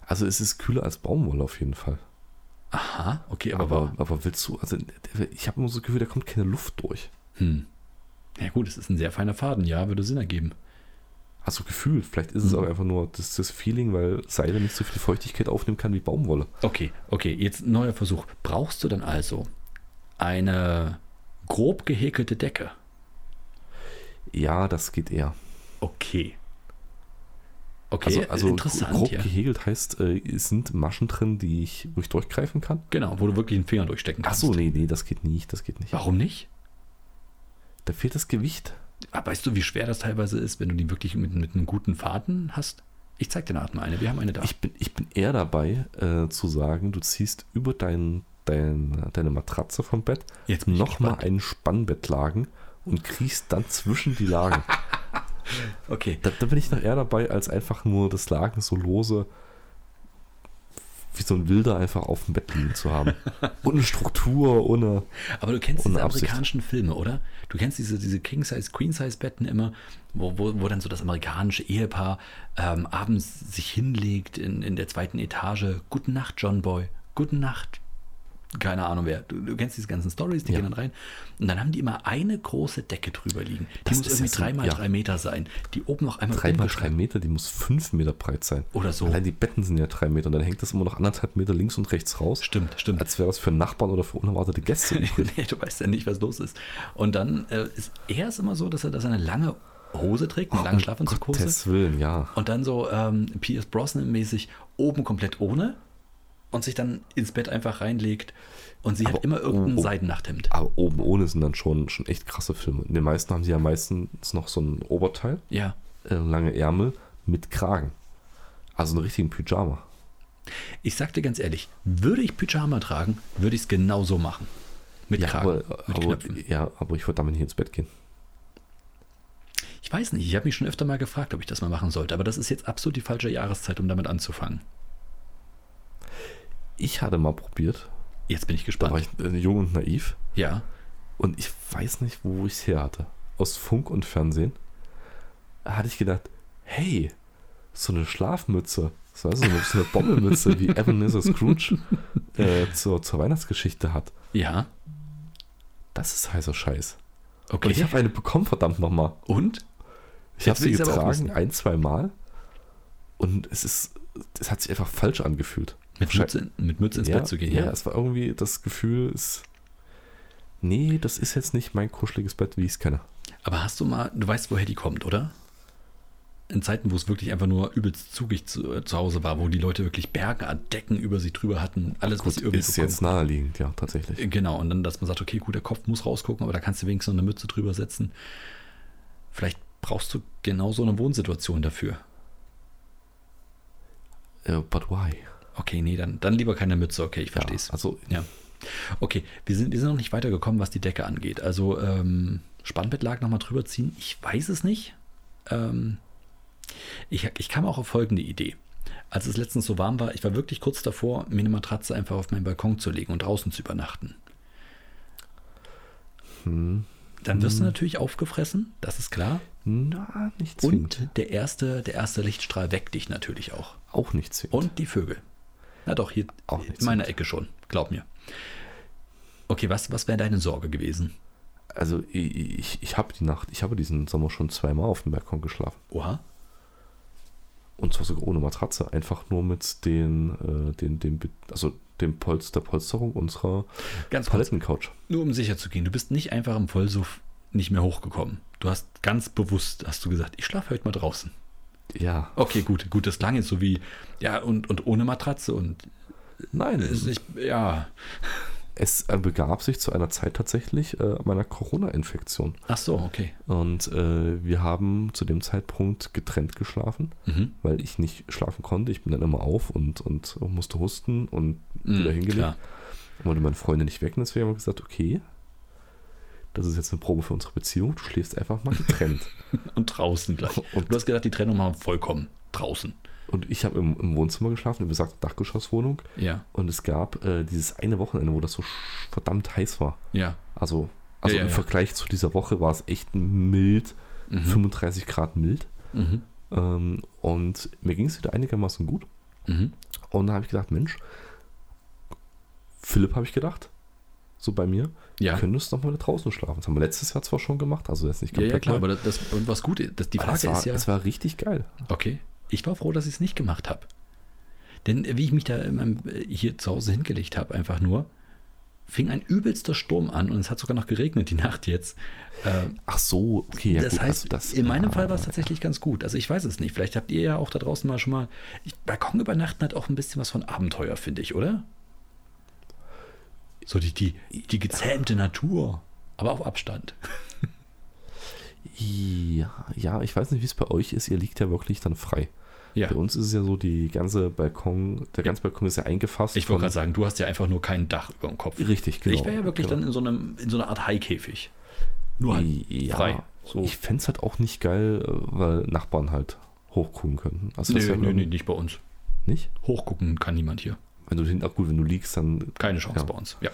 Also es ist kühler als Baumwolle auf jeden Fall. Aha, okay, aber, Aber, aber aber willst du, also ich habe immer so das Gefühl, da kommt keine Luft durch. Hm. Ja gut, es ist ein sehr feiner Faden, ja, würde Sinn ergeben. Also gefühlt, vielleicht Mhm. ist es auch einfach nur das, das Feeling, weil Seide nicht so viel Feuchtigkeit aufnehmen kann wie Baumwolle. Okay, okay, jetzt ein neuer Versuch. Brauchst du dann also eine grob gehäkelte Decke? Ja, das geht eher. Okay. Okay, Also, also interessant, grob ja. gehegelt heißt, äh, es sind Maschen drin, die ich, wo ich durchgreifen kann. Genau, wo du wirklich den Finger durchstecken kannst. Achso, nee, nee, das geht nicht, das geht nicht. Warum nicht? Da fehlt das Gewicht. Ah, weißt du, wie schwer das teilweise ist, wenn du die wirklich mit, mit einem guten Faden hast? Ich zeig dir nachher mal eine. Wir haben eine da. Ich bin, ich bin eher dabei, äh, zu sagen, du ziehst über dein, dein, deine Matratze vom Bett Jetzt bin ich nochmal gespannt. einen Spannbettlagen und kriegst dann zwischen die Lagen. Okay. Da, da bin ich noch eher dabei, als einfach nur das Laken so lose wie so ein Wilder einfach auf dem Bett liegen zu haben. Ohne Struktur, ohne. Aber du kennst Ohne diese Absicht. amerikanischen Filme, oder? Du kennst diese, diese King-Size, Queen-Size-Betten immer, wo, wo, wo dann so das amerikanische Ehepaar ähm, abends sich hinlegt in, in der zweiten Etage. Guten Nacht, John Boy. Guten Nacht. Keine Ahnung wer. Du, du kennst diese ganzen Stories, die Ja. gehen dann rein. Und dann haben die immer eine große Decke drüber liegen. Die Das muss ist irgendwie ja so- dreimal ja. drei Meter sein. Die oben noch einmal Drei mal drei umgeschlagen- Meter, die muss fünf Meter breit sein. Oder so. Allein die Betten sind ja drei Meter und dann hängt das immer noch anderthalb Meter links und rechts raus. Stimmt, stimmt. Als wäre das für Nachbarn oder für unerwartete Gäste übrig. nee, du weißt ja nicht, was los ist. Und dann äh, ist er ist immer so, dass er, dass er eine lange Hose trägt, Oh eine lange Schlafanzughose. Gottes Willen, ja. Und dann so ähm, Pierce Brosnan-mäßig oben komplett ohne und sich dann ins Bett einfach reinlegt. Und sie hat Aber- immer irgendein oh, oh. Seidenachthemd. Aber oben ohne sind dann schon, schon echt krasse Filme. In den meisten haben sie ja meistens noch so ein Oberteil, Ja. äh, lange Ärmel mit Kragen. Also einen richtigen Pyjama. Ich sag dir ganz ehrlich, würde ich Pyjama tragen, würde ich es genauso machen. Mit Kragen, aber, mit aber, Knöpfen. ja, aber ich würde damit nicht ins Bett gehen. Ich weiß nicht, ich habe mich schon öfter mal gefragt, ob ich das mal machen sollte, aber das ist jetzt absolut die falsche Jahreszeit, um damit anzufangen. Ich hatte mal probiert, Jetzt bin ich da war gespannt. ich äh, jung und naiv Ja, und ich weiß nicht, wo ich es her hatte. Aus Funk und Fernsehen Da hatte ich gedacht, hey, so eine Schlafmütze, so weißt du, so eine, so eine Bommelmütze, wie Ebenezer Scrooge äh, zur, zur Weihnachtsgeschichte hat. ja, Das ist heißer Scheiß. Und ich okay. habe eine bekommen, verdammt nochmal. Und? Ich habe Jetzt sie willst du aber auch getragen, ein, zwei Mal. Und es ist, es hat sich einfach falsch angefühlt. Mit Schei- Mütze, mit Mütze ins ja, Bett zu gehen, ja. ja. es war irgendwie das Gefühl, es, nee, das ist jetzt nicht mein kuscheliges Bett, wie ich es kenne. Aber hast du mal, du weißt, woher die kommt, oder? In Zeiten, wo es wirklich einfach nur übelst zugig zu, äh, zu Hause war, wo die Leute wirklich Berge an Decken über sich drüber hatten, alles, was sie irgendwie ist bekommen jetzt naheliegend, ja, tatsächlich. Genau, und dann, dass man sagt, okay, gut, der Kopf muss rausgucken, aber da kannst du wenigstens noch eine Mütze drüber setzen. Vielleicht brauchst du genau so eine Wohnsituation dafür. Äh, but why? Okay, nee, dann, dann lieber keine Mütze, okay, ich Ja, versteh's. also, Ja. Okay, wir sind, wir sind noch nicht weitergekommen, was die Decke angeht. Also ähm, Spannbettlag nochmal drüber ziehen, ich weiß es nicht. Ähm, ich, ich kam auch auf folgende Idee. Als es letztens so warm war, ich war wirklich kurz davor, mir eine Matratze einfach auf meinen Balkon zu legen und draußen zu übernachten. hm, Dann wirst du natürlich aufgefressen, das ist klar. na, nicht zwingend. Und der erste, der erste Lichtstrahl weckt dich natürlich auch. Auch nicht zwingend. Und die Vögel. Na doch, hier Auch nicht in meiner Ecke schon. Glaub mir. Okay, was, was wäre deine Sorge gewesen? Also, ich, ich, ich habe die Nacht, ich habe diesen Sommer schon zweimal auf dem Balkon geschlafen. Oha. Und zwar sogar ohne Matratze, einfach nur mit den, äh, den, den, Be- also dem Polster, der Polsterung unserer Ganz kurz, Palettencouch. nur um sicher zu gehen, du bist nicht einfach im Vollsuff nicht mehr hochgekommen. Du hast ganz bewusst, hast du gesagt, ich schlafe heute mal draußen. Ja, Okay, gut, gut, das klang jetzt so wie, ja, und, und ohne Matratze und nein, ist es, nicht, ja. äh, begab sich zu einer Zeit tatsächlich äh, meiner Corona-Infektion. Ach so, okay. Und äh, wir haben zu dem Zeitpunkt getrennt geschlafen, Mhm. weil ich nicht schlafen konnte. Ich bin dann immer auf und, und musste husten und wieder Mhm, hingelegt. klar. wollte meine Freunde nicht wecken, deswegen haben wir gesagt, okay, das ist jetzt eine Probe für unsere Beziehung, du schläfst einfach mal getrennt. Und draußen gleich. Und- du hast gedacht, die Trennung machen wir vollkommen draußen. Und und ich habe im, im Wohnzimmer geschlafen, in besagter Dachgeschosswohnung. ja, Und es gab äh, dieses eine Wochenende, wo das so sch- verdammt heiß war. ja. Also, also Ja, ja, Mhm. im ja. Vergleich zu dieser Woche war es echt mild, 35 Grad mild. Mhm. Ähm, und mir ging es wieder einigermaßen gut. Mhm. Und da habe ich gedacht, Mensch, Philipp habe ich gedacht, so bei mir, Ja. könntest du noch mal da draußen schlafen. Das haben wir letztes Jahr zwar schon gemacht, also jetzt nicht ja, ja, klar, neu. aber das, das, und was gut ist, das, die Aber es Frage war, ist ja, es war richtig geil. okay, ich war froh, dass ich es nicht gemacht habe. Denn äh, wie ich mich da in meinem, äh, hier zu Hause hingelegt habe, einfach nur, fing ein übelster Sturm an und es hat sogar noch geregnet die Nacht jetzt. Äh, Ach so, okay, das gut, heißt, also das- in meinem ja, Fall war es tatsächlich ganz gut. Also ich weiß es nicht. Vielleicht habt ihr ja auch da draußen mal schon mal. Ich, Balkon übernachten hat auch ein bisschen was von Abenteuer, finde ich, oder? So die, die, die gezähmte Natur, aber auf Abstand. Ja, ja, ich weiß nicht, wie es bei euch ist. Ihr liegt ja wirklich dann frei. Ja. Bei uns ist es ja so, die ganze Balkon, der ganze Balkon ist ja eingefasst. Ich wollte gerade sagen, du hast ja einfach nur kein Dach über dem Kopf. Richtig, genau. ich wäre ja wirklich genau. dann in so, einem, in so einer Art Haikäfig. Nur halt ja, frei. So. Ich fände es halt auch nicht geil, äh, weil Nachbarn halt hochgucken können. Also das nö, wär nö, dann- nö, nicht bei uns. nicht? Hochgucken kann niemand hier. Wenn du hin, ach gut, wenn du liegst, dann Keine Chance Ja. bei uns. Ja.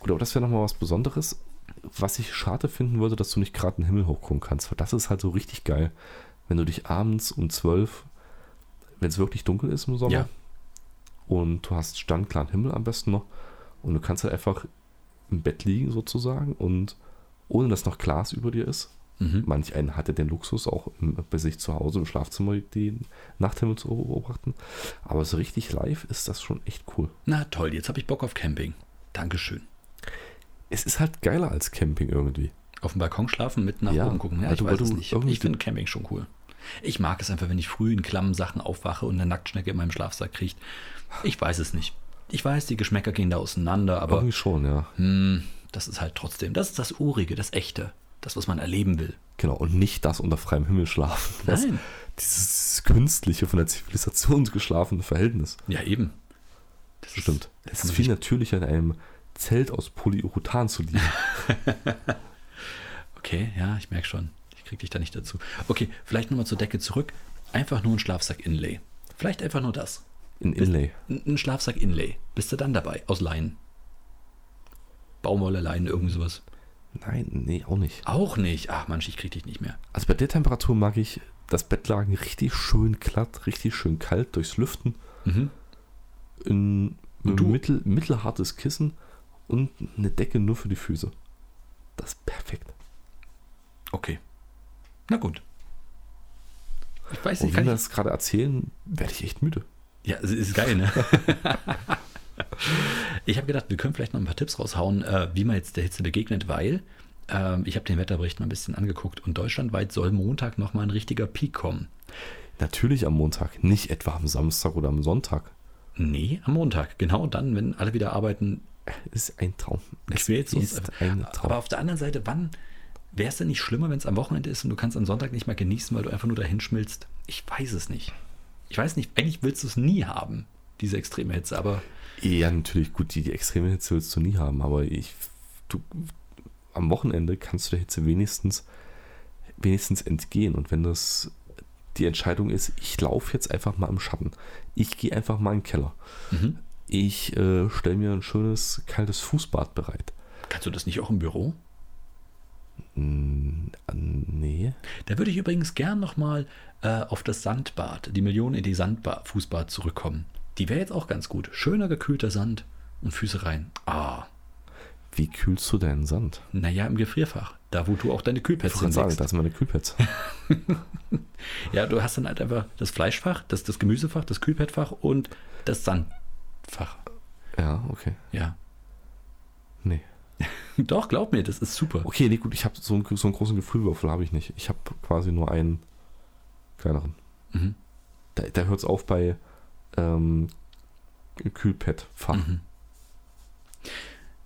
gut, aber das wäre nochmal was Besonderes. Was ich schade finden würde, dass du nicht gerade den Himmel hochgucken kannst, weil das ist halt so richtig geil. Wenn du dich abends um 12, wenn es wirklich dunkel ist im Sommer Ja. und du hast standklaren Himmel am besten noch und du kannst halt einfach im Bett liegen sozusagen und ohne dass noch Glas über dir ist. Mhm. Manch einen hatte den Luxus, auch im, bei sich zu Hause im Schlafzimmer den Nachthimmel zu beobachten. Aber so richtig live ist das schon echt cool. Na toll, jetzt habe ich Bock auf Camping. Dankeschön. Es ist halt geiler als Camping irgendwie. Auf dem Balkon schlafen, mit nach Ja, oben gucken. Ja, weil ich du- weil weiß es du nicht. irgendwie- Ich finde Camping schon cool. Ich mag es einfach, wenn ich früh in klammen Sachen aufwache und eine Nacktschnecke in meinem Schlafsack kriegt. Ich weiß es nicht. Ich weiß, die Geschmäcker gehen da auseinander, aber Irgendwie schon, ja. hm, das ist halt trotzdem, das ist das Urige, das Echte, das, was man erleben will. Genau, und nicht das unter freiem Himmel schlafen. Das, Nein. Dieses künstliche, von der Zivilisation geschlafene Verhältnis. Ja, eben. Das ist- Stimmt. das Es ist ist viel natürlicher, in einem Zelt aus Polyurethan zu liegen. Okay, ja, ich merke schon. Ich krieg dich da nicht dazu. Okay, vielleicht nochmal zur Decke zurück. Einfach nur ein Schlafsack-Inlay. Vielleicht einfach nur das. In Inlay. Ein ein Schlafsack-Inlay. Bist du dann dabei? Aus Leinen. Baumwolle, Leinen, irgendwie sowas. Nein, nee, auch nicht. Auch nicht. Ach Mensch, ich krieg dich nicht mehr. Also bei der Temperatur mag ich das Bettlaken richtig schön glatt, richtig schön kalt durchs Lüften. Mhm. Ein Und du? mittel, mittelhartes Kissen und eine Decke nur für die Füße. Das ist perfekt. Okay. Na gut. Ich weiß Und nicht, wenn kann wir ich, das gerade erzählen, werde ich echt müde. Ja, es ist geil, ne? ich habe gedacht, wir können vielleicht noch ein paar Tipps raushauen, äh, wie man jetzt der Hitze begegnet, weil ähm, ich habe den Wetterbericht mal ein bisschen angeguckt und deutschlandweit soll Montag nochmal ein richtiger Peak kommen. Natürlich am Montag, nicht etwa am Samstag oder am Sonntag. Nee, am Montag. Genau dann, wenn alle wieder arbeiten, Ist ein Traum. Es quält uns ist ein Traum. Aber auf der anderen Seite, wann wäre es denn nicht schlimmer, wenn es am Wochenende ist und du kannst am Sonntag nicht mal genießen, weil du einfach nur dahin schmilzt? Ich weiß es nicht. Ich weiß nicht, eigentlich willst du es nie haben, diese extreme Hitze, aber Ja, natürlich, gut, die, die extreme Hitze willst du nie haben, aber ich, du, am Wochenende kannst du der Hitze wenigstens, wenigstens entgehen. Und wenn das die Entscheidung ist, ich laufe jetzt einfach mal im Schatten, ich gehe einfach mal in den Keller, mhm. ich äh, stelle mir ein schönes, kaltes Fußbad bereit. kannst du das nicht auch im Büro? Mm, ah, nee, Da würde ich übrigens gern nochmal äh, auf das Sandbad, die Millionen in die Sandbad, Fußbad zurückkommen. Die wäre jetzt auch ganz gut. Schöner gekühlter Sand und Füße rein. Ah, wie kühlst du deinen Sand? naja, im Gefrierfach. Da, wo du auch deine Ich Kühlpads kann sagen, hinlegst. das ist meine Kühlpads. Ja, du hast dann halt einfach das Fleischfach, das, das Gemüsefach, das Kühlpadfach und das Sandfach. ja, okay. Ja. Nee. Doch, glaub mir, das ist super. Okay, nee, gut, ich habe so, einen- so einen großen Gefrühwürfel habe ich nicht. Ich habe quasi nur einen kleineren. Mhm. Da, da hört es auf bei ähm, Kühlpad-Fach. Mhm.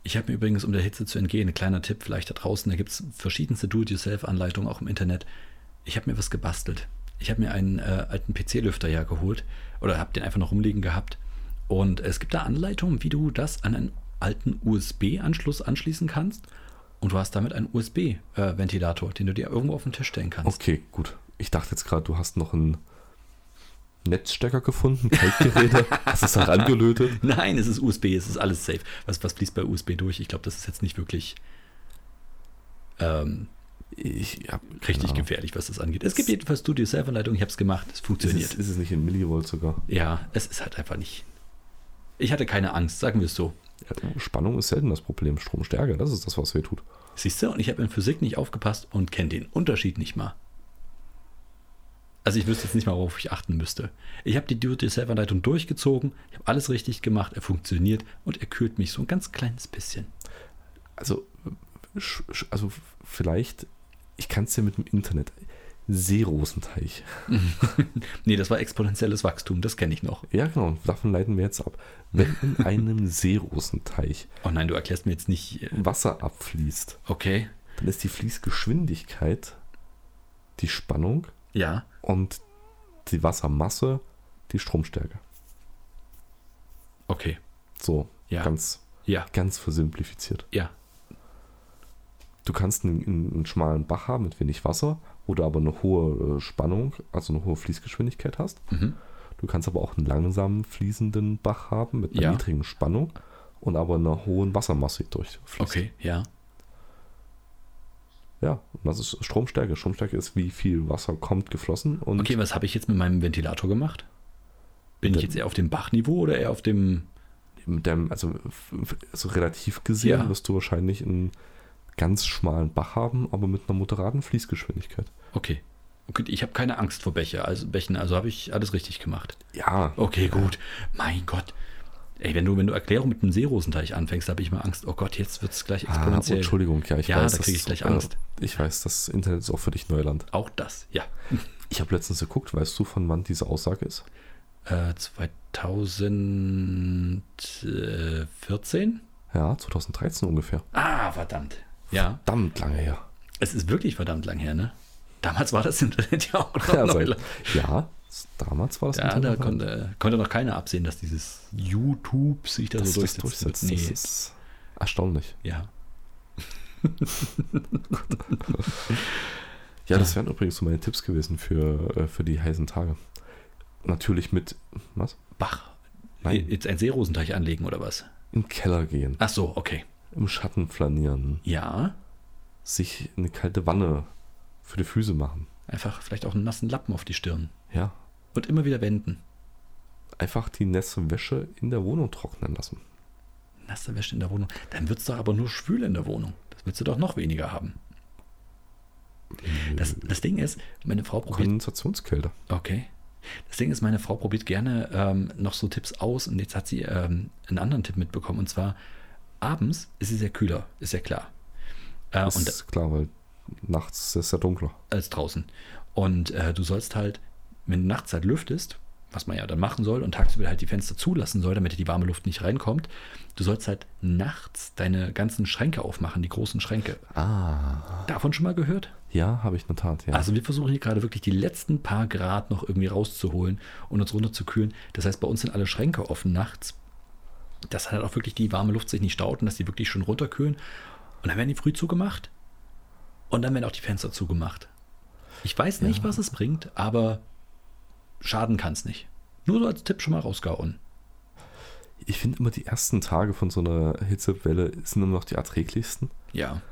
Ich habe mir übrigens, um der Hitze zu entgehen, ein kleiner Tipp vielleicht da draußen, da gibt es verschiedenste Do-it-yourself-Anleitungen auch im Internet. Ich habe mir was gebastelt. Ich habe mir einen äh, alten PC-Lüfter ja geholt oder habe den einfach noch rumliegen gehabt. Und es gibt da Anleitungen, wie du das an einen alten USB-Anschluss anschließen kannst. Und du hast damit einen USB-Ventilator, den du dir irgendwo auf den Tisch stellen kannst. Okay, gut. Ich dachte jetzt gerade, du hast noch einen Netzstecker gefunden, Kaltgeräte, hast es halt angelötet. Nein, es ist USB, es ist alles safe. Was, was fließt bei USB durch? Ich glaube, das ist jetzt nicht wirklich ähm, Ich hab, richtig keine Ahnung. gefährlich, was das angeht. Es gibt jedenfalls Studio Self Anleitung, ich habe es gemacht, es ist funktioniert. es, ist es nicht in Millivolt sogar? ja, es ist halt einfach nicht. Ich hatte keine Angst, sagen wir es so. Ja, Spannung ist selten das Problem. Stromstärke, das ist das, was weh tut. Siehst du, und ich habe in Physik nicht aufgepasst und kenne den Unterschied nicht mal. Also ich wüsste jetzt nicht mal, worauf ich achten müsste. Ich habe die Do-it-yourself-Anleitung durchgezogen, ich habe alles richtig gemacht, er funktioniert und er kühlt mich so ein ganz kleines bisschen. Also, sch- sch- also vielleicht, ich kann es dir mit dem Internet. Seerosenteich. Nee, das war exponentielles Wachstum, das kenne ich noch. Ja, genau. Davon leiten wir jetzt ab. Wenn in einem Seerosenteich Oh nein, du erklärst mir jetzt nicht. äh, Wasser abfließt, Okay. dann ist die Fließgeschwindigkeit die Spannung Ja. und die Wassermasse die Stromstärke. Okay. So, Ja. ganz, Ja. ganz versimplifiziert. Ja. Du kannst einen, einen, einen schmalen Bach haben mit wenig Wasser, wo du aber eine hohe äh, Spannung, also eine hohe Fließgeschwindigkeit hast. Mhm. Du kannst aber auch einen langsamen fließenden Bach haben mit einer Ja. niedrigen Spannung und aber einer hohen Wassermasse die durchfließt. Okay. Ja. Ja, und das ist Stromstärke. Stromstärke ist, wie viel Wasser kommt geflossen und Okay, was habe ich jetzt mit meinem Ventilator gemacht? Bin ich Dann- jetzt eher auf dem Bachniveau oder eher auf dem. mit deinem, also, f- f- also relativ gesehen, Ja. wirst du wahrscheinlich einen ganz schmalen Bach haben, aber mit einer moderaten Fließgeschwindigkeit. Okay. okay ich habe keine Angst vor Becher, also Bächen, also habe ich alles richtig gemacht. Ja, Ah, Okay, gut. Mein Gott. Ey, wenn du, wenn du Erklärung mit dem Seerosenteich anfängst, habe ich mal Angst. Oh Gott, jetzt wird es gleich ah, oh, exponentiell. Entschuldigung, ja, ich Ja, weiß. da krieg ich das- gleich äh, Angst. Ich weiß, das Internet ist auch für dich Neuland. Auch das, ja. Ich habe letztens geguckt, weißt du, von wann diese Aussage ist? Äh, 2014? Ja, 2013 ungefähr. Ah, verdammt. Ja, Verdammt lange her. es ist wirklich verdammt lang her, ne? Damals war das Internet ja auch noch Ja, seit, Neuland. ja s- damals war das Ja, da Internet- ne? konnte, konnte noch keiner absehen, dass dieses YouTube sich da dass so das durchsetzt. durchsetzt. Nee, Das ist erstaunlich. ja. Ja, das wären übrigens so meine Tipps gewesen für, äh, für die heißen Tage. Natürlich mit, was? Bach. Nein. Jetzt einen Seerosenteich anlegen oder was? Im Keller gehen, Ach so, okay. im Schatten flanieren, Ja, sich eine kalte Wanne für die Füße machen. einfach vielleicht auch einen nassen Lappen auf die Stirn. Ja, Und immer wieder wenden. einfach die nasse Wäsche in der Wohnung trocknen lassen. Nasse Wäsche in der Wohnung. Dann wird es doch aber nur schwül in der Wohnung. Das willst du doch noch weniger haben. Das, das Ding ist, meine Frau probiert. Kondensationskälte. Okay. Das Ding ist, meine Frau probiert gerne ähm, noch so Tipps aus und jetzt hat sie ähm, einen anderen Tipp mitbekommen. Und zwar, abends ist es ja kühler, ist ja klar. Äh, Das und ist klar, weil nachts ist es ja dunkler. als draußen. Und äh, du sollst halt, wenn du nachts halt lüftest, was man ja dann machen soll und tagsüber halt die Fenster zulassen soll, damit die warme Luft nicht reinkommt, du sollst halt nachts deine ganzen Schränke aufmachen, die großen Schränke. Ah. Davon schon mal gehört? Ja, habe ich in der Tat, ja. Also wir versuchen hier gerade wirklich die letzten paar Grad noch irgendwie rauszuholen und uns runterzukühlen. Das heißt, bei uns sind alle Schränke offen nachts, dass halt auch wirklich die warme Luft sich nicht staut und dass die wirklich schon runterkühlen. Und dann werden die früh zugemacht und dann werden auch die Fenster zugemacht. Ich weiß nicht, was es bringt, aber schaden kann es nicht. Nur so als Tipp schon mal rausgehauen. Ich finde immer die ersten Tage von so einer Hitzewelle sind immer noch die erträglichsten, Ja,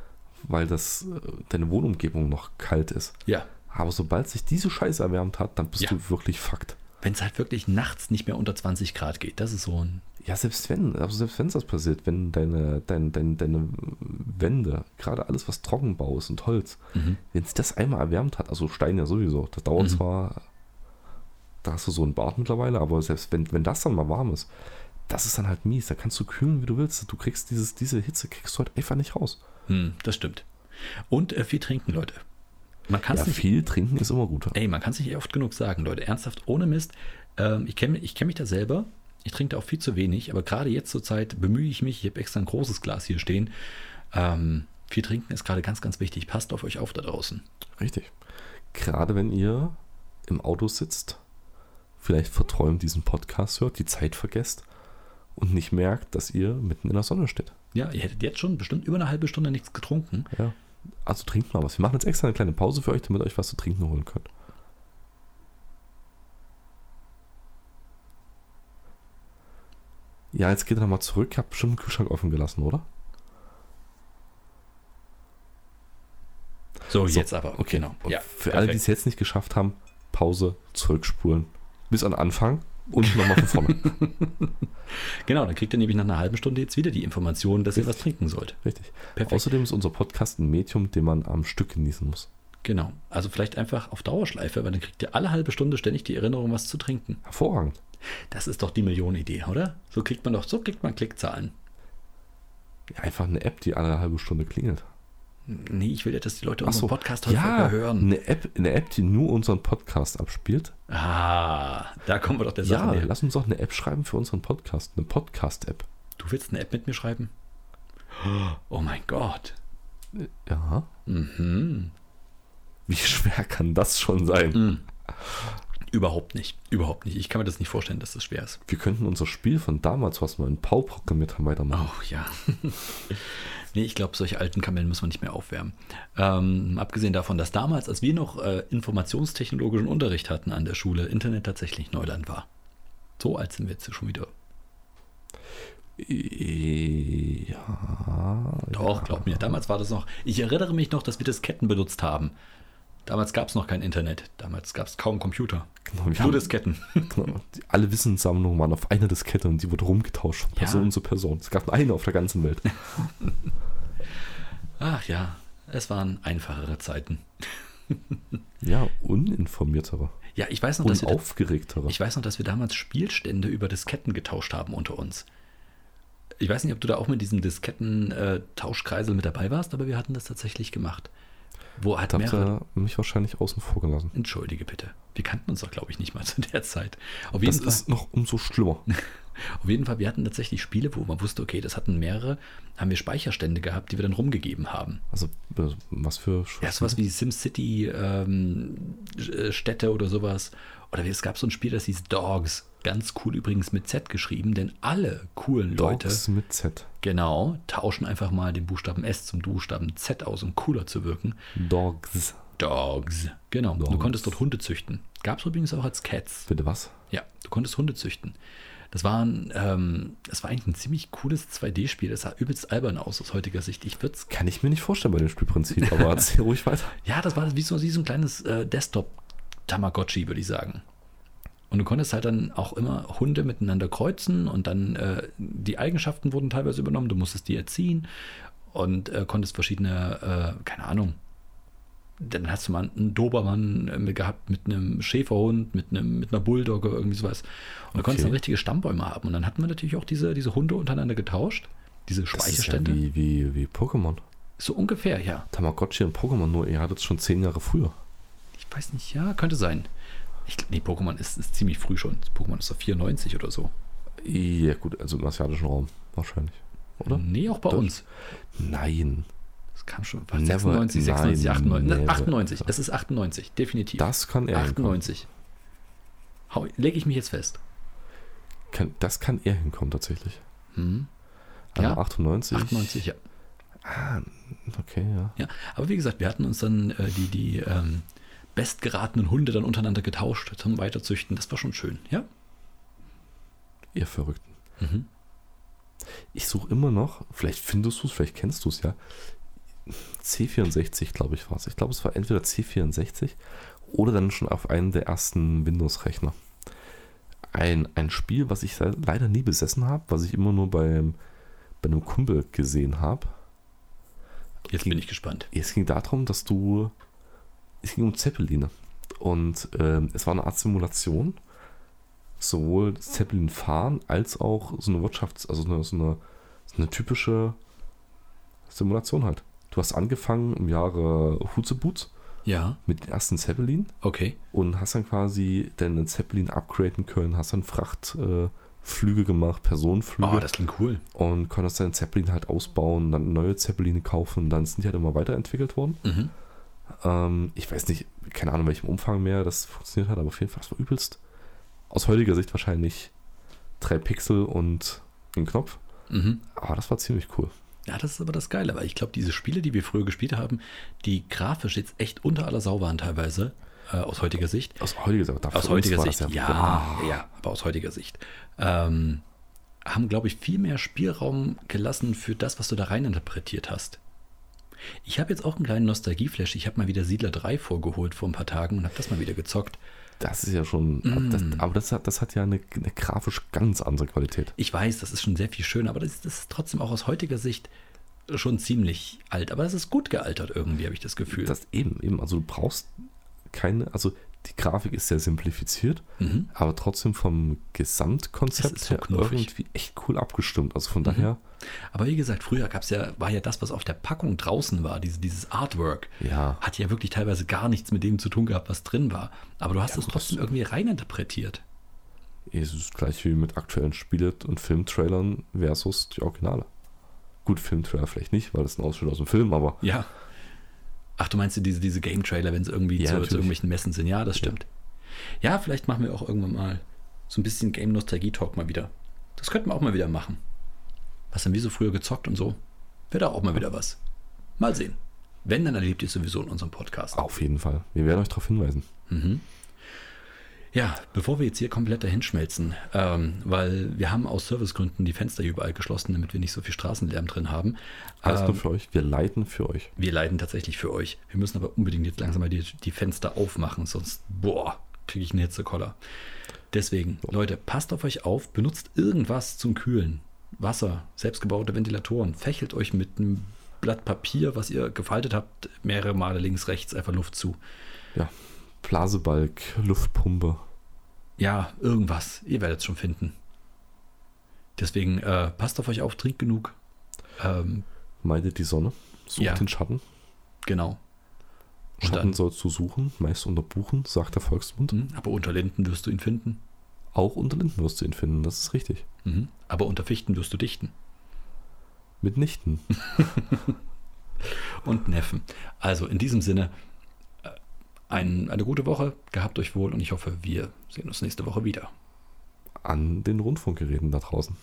weil das äh, deine Wohnumgebung noch kalt ist. ja. Aber sobald sich diese Scheiße erwärmt hat, dann bist Ja. du wirklich fucked. Wenn es halt wirklich nachts nicht mehr unter 20 Grad geht, das ist so ein... Ja, selbst wenn, also selbst wenn das passiert, wenn deine, dein, dein, deine Wände, gerade alles, was Trockenbau ist und Holz, Mhm. wenn es das einmal erwärmt hat, also Stein ja sowieso, das dauert Mhm. zwar, da hast du so einen Bart mittlerweile, aber selbst wenn, wenn das dann mal warm ist, das ist dann halt mies, da kannst du kühlen, wie du willst. Du kriegst dieses, diese Hitze, kriegst du halt einfach nicht raus. Hm, das stimmt. Und äh, viel trinken, Leute. Man kann es Ja, nicht viel trinken ist immer gut. Ey, man kann es nicht oft genug sagen, Leute. Ernsthaft, ohne Mist. Ähm, ich kenne ich kenn mich da selber. Ich trinke da auch viel zu wenig, aber gerade jetzt zur Zeit bemühe ich mich. Ich habe extra ein großes Glas hier stehen. Ähm, viel trinken ist gerade ganz, ganz wichtig. Passt auf euch auf da draußen. Richtig. Gerade wenn ihr im Auto sitzt, vielleicht verträumt diesen Podcast hört, die Zeit vergesst und nicht merkt, dass ihr mitten in der Sonne steht. Ja, ihr hättet jetzt schon bestimmt über eine halbe Stunde nichts getrunken. Ja. Also trinkt mal was. Wir machen jetzt extra eine kleine Pause für euch, damit ihr euch was zu trinken holen könnt. Ja, jetzt geht er nochmal zurück. Ich habe bestimmt den Kühlschrank offen gelassen, oder? So, So, jetzt aber. okay. genau. Und Ja, für alle, die perfekt. es jetzt nicht geschafft haben, Pause, zurückspulen. Bis an den Anfang und nochmal von vorne. genau, dann kriegt ihr nämlich nach einer halben Stunde jetzt wieder die Information, dass ihr was trinken sollt. Richtig. Perfekt. Außerdem ist unser Podcast ein Medium, den man am Stück genießen muss. Genau. Also vielleicht einfach auf Dauerschleife, weil dann kriegt ihr alle halbe Stunde ständig die Erinnerung, was zu trinken. Hervorragend. Das ist doch die Millionenidee, oder? So kriegt man doch, so kriegt man Klickzahlen. Ja, einfach eine App, die alle halbe Stunde klingelt. Nee, ich will ja, dass die Leute Ach so. unseren Podcast häufiger hören. Eine, App, eine App, die nur unseren Podcast abspielt. Ah, da kommen wir doch der Ja, Sache näher. lass uns doch eine App schreiben für unseren Podcast. Eine Podcast-App. Du willst eine App mit mir schreiben? Oh mein Gott. Ja. Mhm. Wie schwer kann das schon sein? Überhaupt nicht. Überhaupt nicht. Ich kann mir das nicht vorstellen, dass das schwer ist. Wir könnten unser Spiel von damals, was wir in Pau programmiert haben, weitermachen. Oh ja. nee, ich glaube, solche alten Kamellen müssen wir nicht mehr aufwärmen. Ähm, abgesehen davon, dass damals, als wir noch äh, informationstechnologischen Unterricht hatten an der Schule, Internet tatsächlich Neuland war. So alt sind wir jetzt schon wieder. Ja. Doch, glaub mir, damals war das noch. Ich erinnere mich noch, dass wir Disketten benutzt haben. Damals gab es noch kein Internet. Damals gab es kaum Computer. Genau, wir Nur haben, Disketten. genau, die- alle Wissenssammlungen waren auf einer Diskette und die wurde rumgetauscht von Ja. Person zu Person. Es gab nur eine auf der ganzen Welt. Ach ja, es waren einfachere Zeiten. Ja, uninformiertere Ja, ich weiß noch, dass und wir, aufgeregtere. ich weiß noch, dass wir damals Spielstände über Disketten getauscht haben unter uns. Ich äh, weiß nicht, ob du da auch mit diesem Disketten-Tauschkreisel mit dabei warst, aber wir hatten das tatsächlich gemacht. Wo hat Da habt mehrere. ihr mich wahrscheinlich außen vor gelassen. Entschuldige bitte. Wir kannten uns doch, glaube ich, nicht mal zu der Zeit. Auf jeden, Das Fall, ist noch umso schlimmer. auf jeden Fall, wir hatten tatsächlich Spiele, wo man wusste, okay, das hatten mehrere, haben wir Speicherstände gehabt, die wir dann rumgegeben haben. Also, äh, was für Ja, Scheiße. sowas wie SimCity, ähm, äh, Städte oder sowas. Oder wie- es gab so ein Spiel, das hieß Dogs. Ganz cool übrigens mit Z geschrieben, denn alle coolen Leute, Dogs mit Z. genau, tauschen einfach mal den Buchstaben S zum Buchstaben Z aus, um cooler zu wirken. Dogs. Dogs. Genau, du Dogs. konntest dort Hunde züchten. Gab es übrigens auch als Cats. Bitte was? Ja, du konntest Hunde züchten. Das war, ein, ähm, das war eigentlich ein ziemlich cooles 2D-Spiel. Das sah übelst albern aus aus heutiger Sicht. Ich würde es Kann ich mir nicht vorstellen bei dem Spielprinzip, aber erzähl ruhig weiter. Ja, das war wie so, wie so ein kleines äh, Desktop-Tamagotchi, würde ich sagen. Und du konntest halt dann auch immer Hunde miteinander kreuzen und dann äh, die Eigenschaften wurden teilweise übernommen. Du musstest die erziehen und äh, konntest verschiedene, äh, keine Ahnung. Dann hast du mal einen Dobermann äh, mit- gehabt mit einem Schäferhund, mit, einem, mit einer Bulldogge, irgendwie sowas. Und du konntest Okay. dann richtige Stammbäume haben. Und dann hatten wir natürlich auch diese, diese Hunde untereinander getauscht. Diese Das ist ja Speicherstände. wie, wie, wie Pokémon. so ungefähr, ja. Tamagotchi und Pokémon, nur ihr hattet es schon zehn Jahre früher. Ich weiß nicht, ja, könnte sein. Ich glaube, nee, Pokémon ist, ist ziemlich früh schon. Pokémon ist doch 94 oder so. Ja, gut, also im asiatischen Raum wahrscheinlich. Oder? Nee, auch bei Doch. uns. Nein. Das kam schon. Never, 96, 96, nein, 98. never. 98. Es Ne, ist 98, definitiv. Das kann er hinkommen. 98. Hau- Leg ich mich jetzt fest. Kann, das kann er hinkommen tatsächlich. Hm? Also Ja. 98. 98, ja. Ah, okay, ja. ja. Aber wie gesagt, wir hatten uns dann äh, die, die ähm, bestgeratenen Hunde dann untereinander getauscht zum Weiterzüchten. Das war schon schön, ja? Ihr Verrückten. Mhm. Ich suche immer noch, vielleicht findest du es, vielleicht kennst du es ja. C64, glaube ich, war es. Ich glaube, es war entweder C64 oder dann schon auf einem der ersten Windows-Rechner. Ein, ein Spiel, was ich le- leider nie besessen habe, was ich immer nur beim, bei einem Kumpel gesehen habe. Jetzt bin ich gespannt. Es ging darum, dass du. Es ging um Zeppeline. Und ähm, es war eine Art Simulation. Sowohl Zeppelin fahren als auch so eine Wirtschafts-, also so eine, so eine, so eine typische Simulation halt. Du hast angefangen im Jahre Hutzebutz Ja, mit den ersten Zeppelin okay. und hast dann quasi deinen Zeppelin upgraden können, hast dann Frachtflüge äh, Flüge gemacht, Personenflüge Oh, das klingt cool. und konntest deinen Zeppelin halt ausbauen, dann neue Zeppeline kaufen, dann sind die halt immer weiterentwickelt worden. Mhm. Ähm, ich weiß nicht, keine Ahnung, in welchem Umfang mehr das funktioniert hat, aber auf jeden Fall, das war übelst. Aus heutiger Sicht wahrscheinlich drei Pixel und ein Knopf. Mhm. Aber das war ziemlich cool. Ja, das ist aber das Geile, weil ich glaube, diese Spiele, die wir früher gespielt haben, die grafisch jetzt echt unter aller Sau waren teilweise, äh, aus heutiger Sicht. Aus heutiger Sicht. aber Aus für uns heutiger war Sicht, ja, das genau, ja, aber aus heutiger Sicht. Ähm, haben, glaube ich, viel mehr Spielraum gelassen für das, was du da rein interpretiert hast. Ich habe jetzt auch einen kleinen Nostalgieflash. Ich habe mal wieder Siedler 3 vorgeholt vor ein paar Tagen und habe das mal wieder gezockt. Das ist ja schon. Mm. Das, aber das hat, das hat ja eine, eine grafisch ganz andere Qualität. Ich weiß, das ist schon sehr viel schöner, aber das, das ist trotzdem auch aus heutiger Sicht schon ziemlich alt. Aber es ist gut gealtert irgendwie, habe ich das Gefühl. Das eben, eben. Also du brauchst keine. Also die Grafik ist sehr simplifiziert, Mhm. aber trotzdem vom Gesamtkonzept Es ist so her knuffig. Mhm. irgendwie echt cool abgestimmt. Also von daher, Aber wie gesagt, früher gab's ja, war ja das, was auf der Packung draußen war, diese, dieses Artwork, ja. hat ja wirklich teilweise gar nichts mit dem zu tun gehabt, was drin war. Aber du hast es trotzdem irgendwie reininterpretiert. Es ist gleich wie mit aktuellen Spielen und Filmtrailern versus die Originale. Gut, Filmtrailer vielleicht nicht, weil das ist ein Ausschnitt aus dem Film, aber Ja. Ach, du meinst ja diese, diese Game-Trailer, wenn sie irgendwie Ja, zu, natürlich. zu irgendwelchen Messen sind. Ja, das stimmt. Ja. vielleicht machen wir auch irgendwann mal so ein bisschen Game-Nostalgie-Talk mal wieder. Das könnten wir auch mal wieder machen. Was haben wir so früher gezockt und so? Wäre da auch mal wieder was. Mal sehen. Wenn, dann erlebt ihr es sowieso in unserem Podcast. auf jeden Fall. Wir werden euch darauf hinweisen. Ja, bevor wir jetzt hier komplett dahinschmelzen, ähm, weil wir haben aus Servicegründen die Fenster hier überall geschlossen, damit wir nicht so viel Straßenlärm drin haben. Alles Ähm, nur für euch. Wir leiten für euch. wir leiden tatsächlich für euch. Wir müssen aber unbedingt jetzt langsam mal die, die Fenster aufmachen, sonst, boah, kriege ich einen Hitzekoller. Deswegen, Leute, passt auf euch auf, benutzt irgendwas zum Kühlen. Wasser, selbstgebaute Ventilatoren, fächelt euch mit einem Blatt Papier, was ihr gefaltet habt, mehrere Male links, rechts, einfach Luft zu. Ja. Blasebalg, Luftpumpe. Ja, irgendwas. Ihr werdet es schon finden. Deswegen äh, passt auf euch auf, trinkt genug. Ähm, Meidet die Sonne. Sucht Ja. den Schatten. genau. Und Schatten dann, sollst du suchen, meist unter Buchen, sagt der Volksmund. Hm, aber unter Linden wirst du ihn finden. Auch unter Linden wirst du ihn finden, das ist richtig. Mhm. Aber unter Fichten wirst du dichten. Mitnichten. und Neffen. Also in diesem Sinne, äh, ein, eine gute Woche, gehabt euch wohl und ich hoffe, wir sehen uns nächste Woche wieder. An den Rundfunkgeräten da draußen.